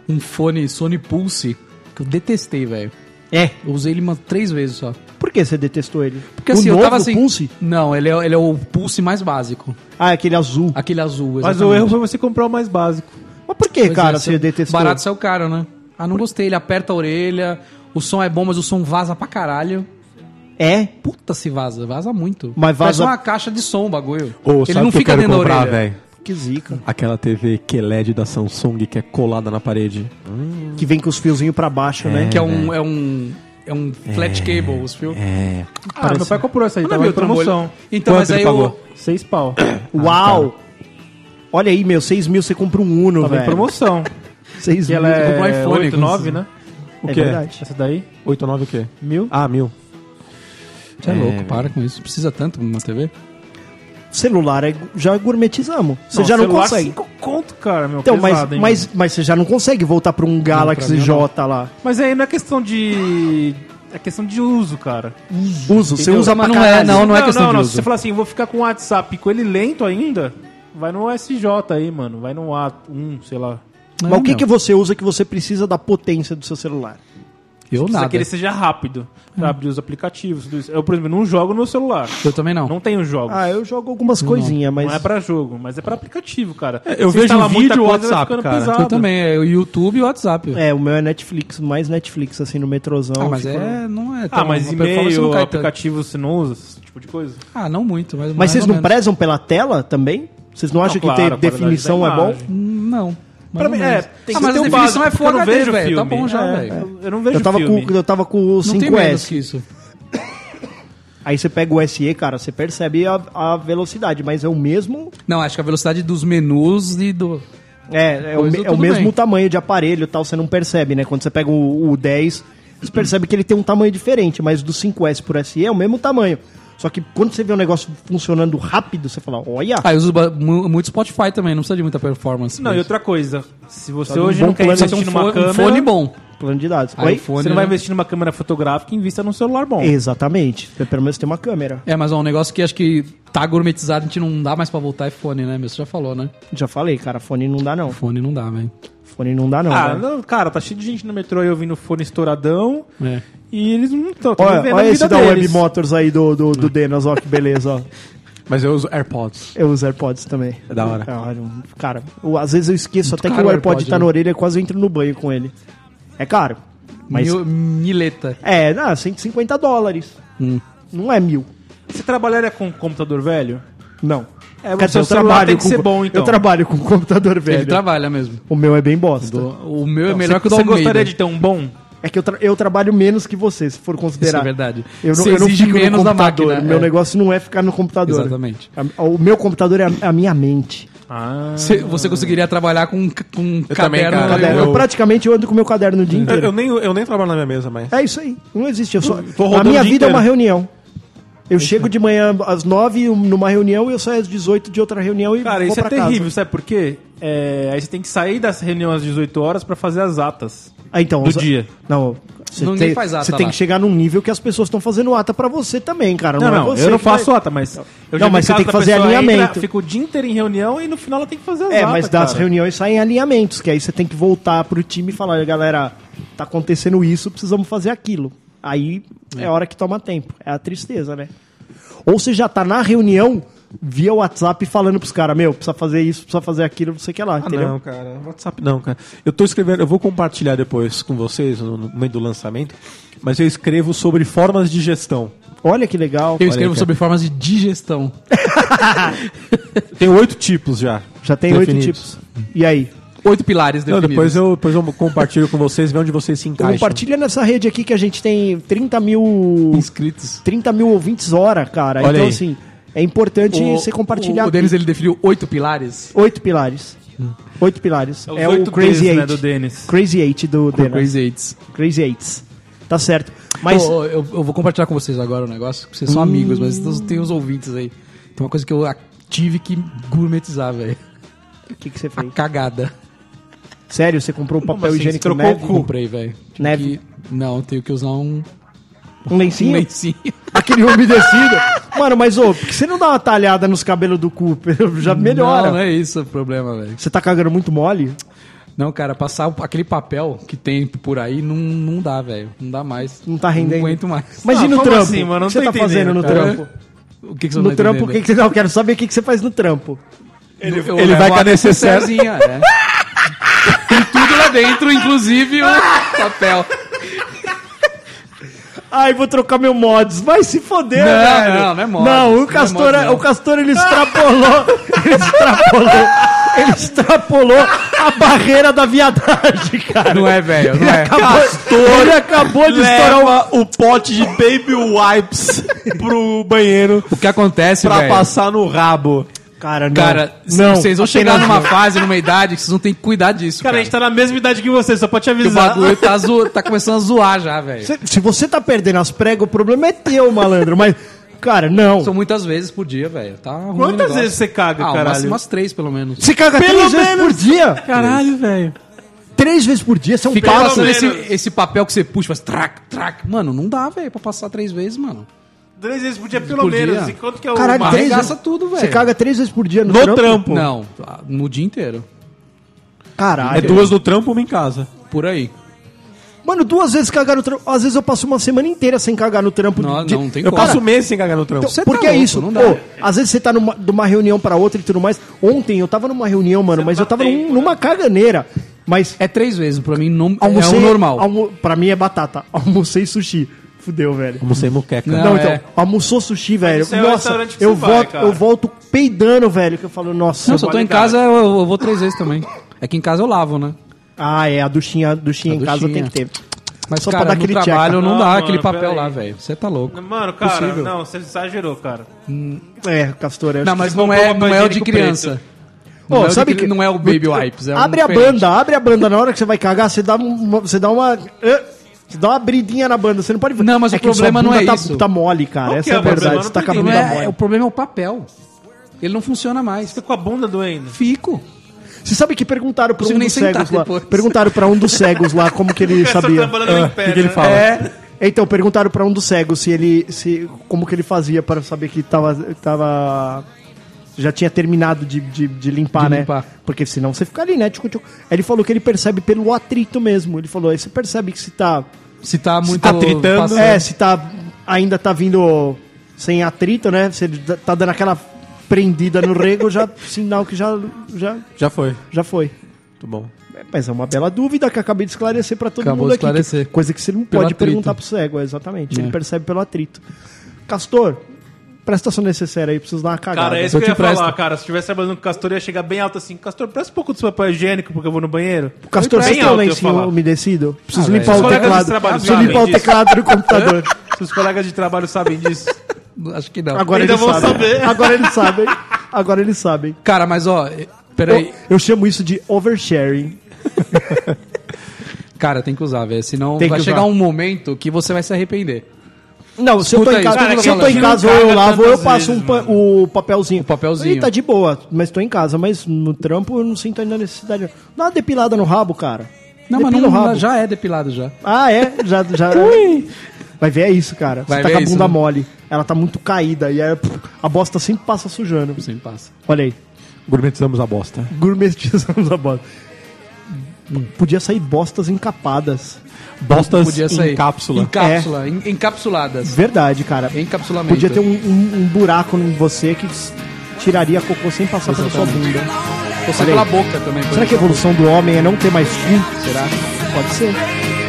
S4: um fone Sony Pulse que eu detestei, velho.
S2: É.
S4: Eu usei ele umas três vezes só.
S2: Por que você detestou ele?
S4: Porque assim,
S2: o
S4: eu
S2: novo
S4: tava assim.
S2: Pulse?
S4: Não, ele é, ele é o pulse mais básico.
S2: Ah, aquele azul.
S4: Aquele azul.
S3: Mas o
S4: exatamente.
S3: erro foi você comprar o mais básico.
S2: Mas por que,
S4: Pois
S2: cara,
S4: é,
S2: você
S4: seu-
S2: detestou?
S4: Barato saiu caro, né? Ah, não gostei. Ele aperta a orelha. O som é bom, mas o som vaza pra caralho.
S2: É?
S4: Puta se vaza, vaza muito.
S2: Mas
S4: Parece
S2: vaza-
S4: uma caixa de som o bagulho.
S1: Ô, sabe
S4: ele não
S1: o que
S4: fica
S1: eu quero
S4: dentro da
S1: comprar,
S4: orelha.
S1: velho?
S2: Que zica.
S1: Aquela TV QLED da Samsung que é colada na parede.
S2: Que vem com os fiozinhos pra baixo, né?
S4: Que é um, é um. É um flat cable, os fios.
S1: É.
S3: Ah, meu pai comprou essa aí,
S4: Não é
S3: tava
S4: meu
S3: em promoção.
S4: trambolho. Então,
S1: Quanto
S4: mas
S1: ele
S4: aí
S1: pagou?
S4: o.
S3: Seis pau.
S2: Uau! Olha aí, meu, 6 mil você compra um Uno,
S3: Tava em
S2: velho.
S3: Tá promoção.
S2: 6
S3: E
S2: mil.
S3: ela
S4: Comprou um
S3: é
S4: iPhone,
S3: 8, 9,
S4: inclusive.
S3: né?
S1: O
S2: É
S1: quê?
S2: verdade.
S3: Essa daí,
S1: 8, 9 o quê?
S3: mil.
S1: Ah, mil.
S4: Você é, louco, para com isso. Precisa tanto uma TV?
S2: Celular é- já gourmetizamos. Você já não
S3: celular,
S2: consegue.
S3: cinco conto, cara, meu.
S2: Então, mas,
S3: pesado, hein?
S2: mas, mas você já não consegue voltar pra um Galaxy
S4: mim,
S2: J lá.
S3: Mas aí não é questão de... É questão de uso, cara.
S2: Uso, você usa pra
S4: Mas não é,
S2: caralho.
S4: não, não é questão
S3: não,
S4: de
S3: não.
S4: uso.
S3: Se você falar assim, vou ficar com o WhatsApp com ele lento ainda, vai no SJ aí, mano. Vai no A1, sei lá.
S4: Não,
S2: Mas o que,
S4: não.
S2: que você usa que você precisa da potência do seu celular?
S4: Eu
S3: Precisa
S4: nada.
S3: que ele seja rápido. Pra abrir os aplicativos, tudo isso. Eu, por exemplo, não jogo no celular.
S4: Eu também não.
S3: Não tenho jogos.
S2: Ah, eu jogo algumas coisinhas, mas. É,
S3: Não é pra jogo, mas é pra aplicativo, cara.
S1: eu vejo
S3: instala muita
S1: vídeo,
S3: coisa, vai
S1: WhatsApp,
S3: ficando
S1: cara.
S3: pesado.
S4: Eu também, é o YouTube e o WhatsApp.
S2: É, o meu é Netflix, mais Netflix, assim, no metrozão.
S4: Ah, mas
S2: fico-
S4: é, não é
S3: Ah, mas
S4: a performance não
S3: e-mail,
S4: cai tanto.
S3: aplicativo, você não usa esse tipo de coisa?
S4: Ah, não muito, mas
S2: Mas
S4: mais
S2: vocês
S4: ou
S2: não
S4: menos.
S2: prezam pela tela também? Vocês não acham
S3: claro,
S2: que
S3: a
S2: ter
S3: qualidade
S2: definição
S3: da
S2: é bom?
S3: imagem.
S4: Hum, Não. Mais
S3: Pra
S4: ou
S3: mim,
S4: menos.
S3: é, tem
S4: ah,
S3: que
S4: mas
S3: ter
S4: a
S3: um
S4: definição
S3: básico,
S4: é
S3: porque eu
S4: Full
S3: não
S4: HD,
S3: vejo
S4: velho. Tá
S3: filme.
S4: bom já,
S3: É,
S4: velho.
S3: Eu não vejo
S2: Eu tava,
S3: filme.
S2: com, eu tava com o
S4: Não tem menos
S2: 5S.
S4: que isso.
S2: Aí você pega o SE, cara, você percebe a, a velocidade, mas é o mesmo.
S4: Não, acho que a velocidade dos menus e do...
S2: É, é, o,
S4: Coisa
S2: me- é o
S4: tudo
S2: mesmo
S4: bem.
S2: tamanho de aparelho e tal, você não percebe, né? Quando você pega o, o 10, você percebe que ele tem um tamanho diferente, mas do 5S pro SE é o mesmo tamanho. Só que quando você vê um negócio funcionando rápido, você fala, olha,
S4: Ah, eu uso ba- mu- muito Spotify também, não precisa de muita performance.
S3: Não, e
S4: Mas-
S3: outra coisa. Se você
S2: de um
S3: hoje
S2: bom
S3: não quer
S2: plano,
S4: Precisa
S3: investir
S4: ter um, fone,
S3: numa câmera...
S4: um fone bom.
S2: plano de dados.
S4: Aí
S2: Oi?
S4: o fone é
S3: Você não vai
S4: já-
S3: investir numa câmera fotográfica, invista num celular bom.
S2: Exatamente. Pelo menos tem uma câmera.
S4: É, mas é um negócio que acho que tá gourmetizado, a gente não dá mais pra voltar é fone, né? Meu, você já falou, né?
S2: Já falei, cara, fone não dá não.
S4: Fone não dá, velho.
S2: Fone não dá não.
S3: Ah,
S2: né?
S3: não, cara, tá cheio de gente no metrô aí ouvindo fone estouradão
S4: É.
S3: e eles não estão
S2: Olha, olha esse da Web Motors aí do, do, do Denas, ó, que beleza, ó.
S1: Mas eu uso AirPods.
S2: Eu uso AirPods também.
S1: É da hora.
S2: Ah, não- Cara, eu- às vezes eu esqueço até que
S4: caro
S2: o
S4: o
S2: AirPod,
S4: AirPod,
S2: tá
S4: né?
S2: na orelha e quase eu entro no banho com ele. É caro. Mas.
S4: Mil- mileta.
S2: É, não, 150 dólares.
S4: Hum.
S2: Não é mil.
S3: Você trabalharia com computador velho?
S2: Não.
S3: É, o seu celular tem que ser bom, então.
S2: Eu trabalho com computador velho.
S4: Ele trabalha mesmo.
S2: O meu é bem bosta.
S4: O meu é melhor
S3: Então, Você-
S4: que o do
S3: Você
S4: Almeida.
S3: gostaria de ter um bom?
S2: É que eu, tra- eu trabalho menos que você, se for
S4: Isso
S2: considerar.
S4: é verdade.
S2: Eu não,
S4: Você
S2: eu não
S4: exige
S2: fico no
S4: menos da
S2: computador.
S4: máquina.
S2: Meu
S4: é.
S2: negócio não é ficar no computador.
S4: Exatamente.
S2: A- o meu computador é a, a minha mente.
S3: Ah.
S4: Você, você conseguiria trabalhar com um ca- com um
S1: também,
S4: caderno.
S1: cara.
S2: Caderno.
S4: Eu-
S2: Eu, praticamente eu ando com o meu caderno o dia
S1: Eu,
S2: inteiro.
S1: eu nem, eu nem trabalho na minha mesa, mas.
S2: É isso aí. Não existe. Eu só...
S1: tô rodando
S2: A minha
S1: o dia
S2: vida é uma
S1: inteiro.
S2: reunião. Eu chego de manhã às 9 numa reunião e eu saio às 18 de outra reunião e
S3: Cara,
S2: vou
S3: isso é
S2: pra casa.
S3: terrível, sabe por quê? É, aí você tem que sair das reuniões às 18 horas pra fazer as atas.
S2: Ah, então,
S3: Do
S2: os-
S3: dia.
S2: Não, você
S4: Ninguém
S2: tem,
S4: faz ata
S2: Você tem
S4: lá.
S2: que chegar num nível que as pessoas estão fazendo ata pra você também, cara.
S3: Não,
S2: é
S3: não,
S2: você
S3: eu não
S2: que vai-
S3: faço ata, mas... eu
S2: Não,
S3: vi
S2: mas você
S3: caso
S2: tem que
S3: da
S2: fazer
S3: pessoa
S2: alinhamento.
S3: fica o dia inteiro em reunião e no final ela tem que fazer as
S2: É,
S3: atas,
S2: mas das
S3: cara.
S2: reuniões saem alinhamentos, que aí você tem que voltar pro time e falar, galera, tá acontecendo isso, precisamos fazer aquilo. Aí é, a hora que toma tempo. É a tristeza, né? Ou você já tá na reunião via WhatsApp falando pros caras, meu, precisa fazer isso, precisa fazer aquilo, não sei o que lá,
S1: Ah,
S2: entendeu?
S1: não, cara. WhatsApp não, cara. Eu tô escrevendo, eu vou compartilhar depois com vocês no, no meio do lançamento, mas eu escrevo sobre formas de gestão.
S2: Olha que legal.
S4: Eu
S1: aí,
S4: escrevo
S1: cara.
S4: sobre formas de digestão.
S1: Tem oito tipos já.
S2: Já tem oito
S1: definidos.
S2: tipos. E aí?
S4: Oito pilares
S1: Não,
S4: definidos.
S1: depois eu, depois eu compartilho com vocês, ver onde vocês se encaixam.
S2: Compartilha nessa rede aqui que a gente tem 30 mil,
S4: Inscritos.
S2: 30 mil ouvintes hora, cara.
S1: Olha
S2: então,
S1: aí.
S2: assim, é importante você
S4: O,
S2: compartilhar.
S4: o Denis, ele definiu oito pilares.
S2: Oito pilares. Oito pilares.
S3: É os
S2: É, o
S3: oito
S2: Crazy
S3: Ds, né,
S2: Eight.
S3: do Dennis.
S2: Crazy Eight do
S4: Do
S2: Denis. Crazy...
S4: Crazy Eights.
S2: Eights. Tá certo. Mas Hum.
S4: Ô, ô, eu, eu vou compartilhar com vocês agora o negócio, que vocês são amigos, mas tem- tem os ouvintes aí. Tem uma coisa que eu a- tive que gourmetizar, velho.
S2: o que, que você
S4: A
S2: fez?
S4: cagada.
S2: Sério, você comprou um papel
S3: assim?
S2: higiênico
S3: Você trocou
S2: neve?
S3: o cu?
S4: Comprei, velho. Tive
S2: Neve.
S4: que- Não, tenho que usar
S2: Um
S4: um, um
S2: lencinho?
S4: lencinho.
S2: Aquele umedecido. Mano, mas ô, por que você não dá uma talhada nos cabelos do cu? Já Tá melhora.
S3: é-
S4: Não, não é isso o problema, velho.
S2: Você tá cagando muito mole?
S4: Não, cara, passar o- aquele papel que tem por aí não, não dá, velho. Não dá mais.
S2: Não tá rendendo.
S4: Não aguento mais.
S2: Mas
S3: Ah,
S2: e no
S3: como
S2: trampo?
S3: assim, mano? Não
S2: o que você
S3: tô
S2: tá
S3: entendendo, É?
S2: fazendo no
S3: cara.
S2: trampo?
S4: O que, que você não
S2: No
S4: tá
S2: trampo, o que,
S4: entendendo?
S2: que você. Não, eu quero saber o que, que você faz no trampo.
S4: Ele,
S1: ele vai com a necessaire.
S4: é. Tem tudo lá dentro, inclusive o papel.
S2: Ai, vou trocar meu mods. Vai se foder,
S4: Não,
S2: velho.
S4: não, não é mods,
S2: Não,
S4: não
S2: o
S4: é
S2: Castor,
S4: mods, não.
S2: o Castor ele extrapolou. ele extrapolou. Ele extrapolou a barreira da viadagem, cara.
S4: Não é, velho, não é.
S2: Castor ele acabou de estourar o...
S1: Leva o Um pote de baby wipes pro banheiro
S4: O que acontece,
S1: pra
S4: velho?
S1: passar no rabo.
S2: Cara, não.
S4: Cara, c-
S2: não.
S4: vocês vão chegar numa fase, numa idade que vocês vão ter que cuidar disso,
S3: Cara,
S4: cara.
S3: a gente tá na mesma idade que você, só pode te
S4: Que o
S3: avisar. é
S4: bagulho tá, zo- tá começando a zoar já, velho.
S2: Se, se você tá perdendo as pregas, o problema é teu, malandro. Mas, cara, não.
S4: São muitas vezes por dia, velho. Tá ruim o
S3: Quantas
S4: negócio.
S3: vezes você caga,
S4: ah,
S3: caralho? é
S4: Umas, umas três, pelo menos.
S2: Você caga três vezes por dia.
S3: Caralho, velho.
S2: Três vezes por dia, você é um
S4: Fica
S2: pau.
S4: passando
S3: menos.
S4: esse, esse papel que você puxa, faz trac, trac. Mano, não dá, velho, pra passar três vezes, mano.
S3: Três vezes por dia, pelo
S4: Por dia.
S3: menos. E quanto que é o
S2: Caralho,
S3: mar-
S4: Arregaça
S2: três vezes-
S4: tudo, velho.
S2: Você caga três vezes por dia no,
S1: No trampo.
S4: Não, Ah, no dia inteiro.
S1: É
S2: Caralho.
S1: duas no trampo, uma em casa.
S4: Por aí.
S2: Mano, duas vezes cagar no trampo. Às vezes eu passo uma semana inteira sem cagar no trampo.
S4: Não,
S2: De-
S4: não tem
S1: Eu
S4: como.
S1: passo um mês sem cagar no trampo.
S2: Então,
S4: Você tá
S2: porque é
S4: louco,
S2: isso.
S4: não dá.
S2: Pô, às vezes você tá numa, de uma reunião pra outra e tudo mais. Ontem eu tava numa reunião, mano, mas eu
S4: tá
S2: tava num- numa caganeira. Mas
S4: É três vezes, pra mim não
S2: almocei.
S4: é o normal.
S2: Almo, pra mim é batata. Almocei sushi. Fudeu, velho.
S1: Como sem muqueca.
S4: Não,
S2: Não,
S4: é.
S2: então, almoçou sushi, velho.
S3: isso é o
S2: Nossa,
S3: restaurante que
S2: eu
S3: você vai,
S2: volto,
S3: cara.
S2: eu volto peidando, velho. Que eu falo, nossa.
S4: Não, se eu tô em
S3: qualidade.
S4: casa, eu, eu vou três vezes também. É que em casa eu lavo, né?
S2: Ah, é, a duchinha, a duchinha
S4: A
S2: em casa
S4: duchinha.
S2: tem que ter.
S4: Mas,
S2: Só pra
S4: cara,
S2: dar
S4: no
S2: aquele
S4: trabalho
S2: check.
S4: não,
S3: Não,
S4: dá
S3: mano,
S4: aquele papel
S3: peraí.
S4: lá, velho. Você tá louco.
S3: Mano, cara,
S2: Possível.
S3: não, você exagerou, cara.
S2: É, Castor, eu acho
S4: Não,
S2: que-
S4: mas
S3: eles
S4: não
S3: compram
S4: é,
S3: papel
S4: não é o de
S3: higiênico
S4: criança.
S2: Ô,
S4: Não é o de
S2: sabe
S4: cri-
S2: que
S4: não é o Baby Wipes, é um
S2: abre a
S4: diferente.
S2: banda, abre a banda. Na hora que você vai cagar, você dá, um, você dá uma. eh, Você dá uma abridinha na banda. Você não pode.
S4: Não, mas o
S2: que sua
S4: problema não
S2: bunda
S4: é
S2: tá,
S4: isso.
S2: Tá mole, cara.
S3: Qual
S2: Essa
S3: que
S2: é
S3: é
S2: a
S3: o problema?
S2: verdade. Você tá
S3: Eu
S2: com a
S3: não
S4: Não
S2: bunda
S3: entendi.
S4: é,
S2: mole.
S4: o problema é o papel. Ele não funciona mais.
S3: Tô com a bunda doendo.
S4: Fico.
S2: Você sabe que perguntaram pra
S4: Consigo
S2: um
S4: nem
S2: dos cegos
S4: sentar
S2: lá.
S4: depois.
S2: Perguntaram pra um dos cegos lá como que ele sabia.
S3: trabalhando em
S1: O que, que ele
S3: né?
S1: fala?
S2: Então, perguntaram pra um dos cegos se ele. Se, como que ele fazia para saber que tava. tava já tinha terminado de, de, de limpar,
S4: De
S2: né?
S4: limpar.
S2: Porque senão você fica ali, né? Tchucu, tchucu. Aí ele falou que ele percebe pelo atrito mesmo. Ele falou, aí você percebe que se tá.
S4: Se tá muito
S1: tá tritando.
S4: passando.
S2: É, se tá. Ainda tá vindo sem atrito, né? Se ele tá- tá dando aquela prendida no rego, já sinal que já, já,
S1: Já foi.
S2: já foi.
S1: Muito bom.
S2: É, Mas é uma bela dúvida que eu acabei de esclarecer pra todo
S4: Acabou
S2: mundo
S4: de
S2: aqui.
S4: esclarecer.
S2: que- coisa que você não
S4: Pelo
S2: pode
S4: atrito.
S2: perguntar pro cego, é, exatamente. Ele
S4: É.
S2: percebe pelo atrito. Castor, prestação necessária aí, preciso dar uma cagada.
S3: Cara, é isso
S4: Eu
S3: que eu
S4: te
S3: ia falar,
S4: presto.
S3: cara. Se tivesse trabalhando com o Castor, eu ia chegar bem alto assim. Castor, presta um pouco do seu papel higiênico, porque eu vou no banheiro.
S2: Castor, você
S3: bem
S2: tem um
S3: alto, eu
S2: lencinho
S3: falar.
S2: umedecido? Preciso
S4: Ah,
S2: limpar
S4: velho.
S2: o
S3: Os colegas de
S2: teclado.
S3: trabalho
S2: Preciso
S3: sabem
S2: limpar o
S3: disso.
S2: teclado do computador.
S3: Seus colegas de trabalho sabem disso.
S4: Acho que não.
S2: é. Agora
S3: Ainda
S2: eles
S3: vão
S2: sabem.
S3: saber.
S2: Agora eles sabem. Agora eles sabem.
S4: Cara, mas ó, eh, peraí.
S2: Eu, eu chamo isso de oversharing.
S4: Cara, tem que usar, velho. Senão
S2: Tem que
S4: vai
S2: usar.
S4: chegar um momento que você vai se arrepender.
S2: Não, se eu tô
S4: Escuta
S2: em
S4: aí,
S2: casa,
S4: escuta o que
S2: se eu
S4: eu
S2: tô
S4: tô
S2: em
S4: falando.
S2: casa ou
S3: Não
S2: eu
S3: caga
S2: lavo, eu
S3: tantas
S2: passo
S3: vezes,
S2: um pa- o papelzinho.
S4: O papelzinho.
S2: E tá de boa, mas tô em casa, mas no trampo eu não sinto ainda necessidade. não. Dá uma depilada no rabo, cara.
S4: Não,
S2: Depila
S4: mas
S2: o
S4: não,
S2: rabo.
S4: já é depilado já.
S2: Ah, é? Já, já. Vai ver é isso, cara. Você
S4: Vai
S2: tá
S4: ver
S2: com a
S4: é isso,
S2: bunda
S4: né?
S2: mole. Ela tá muito caída e aí, pff, a bosta sempre passa sujando.
S4: Sem passa.
S2: Olha aí.
S1: Gourmetizamos a bosta.
S2: Gourmetizamos a bosta. Podia sair bostas encapadas. É,
S1: Bostas
S4: Podia sair.
S1: em cápsula.
S4: Em cápsula, en- encapsuladas.
S2: Verdade, cara.
S4: Encapsulamento.
S2: Podia ter um, um- um buraco em você que s- tiraria cocô sem passar pela sua
S4: Exatamente.
S2: bunda.
S4: Ou
S2: Olha
S4: sai pela
S2: aí.
S4: boca também. por
S2: Será que a
S4: exemplo.
S2: evolução do homem é não ter mais cu?
S4: Será?
S2: Pode ser.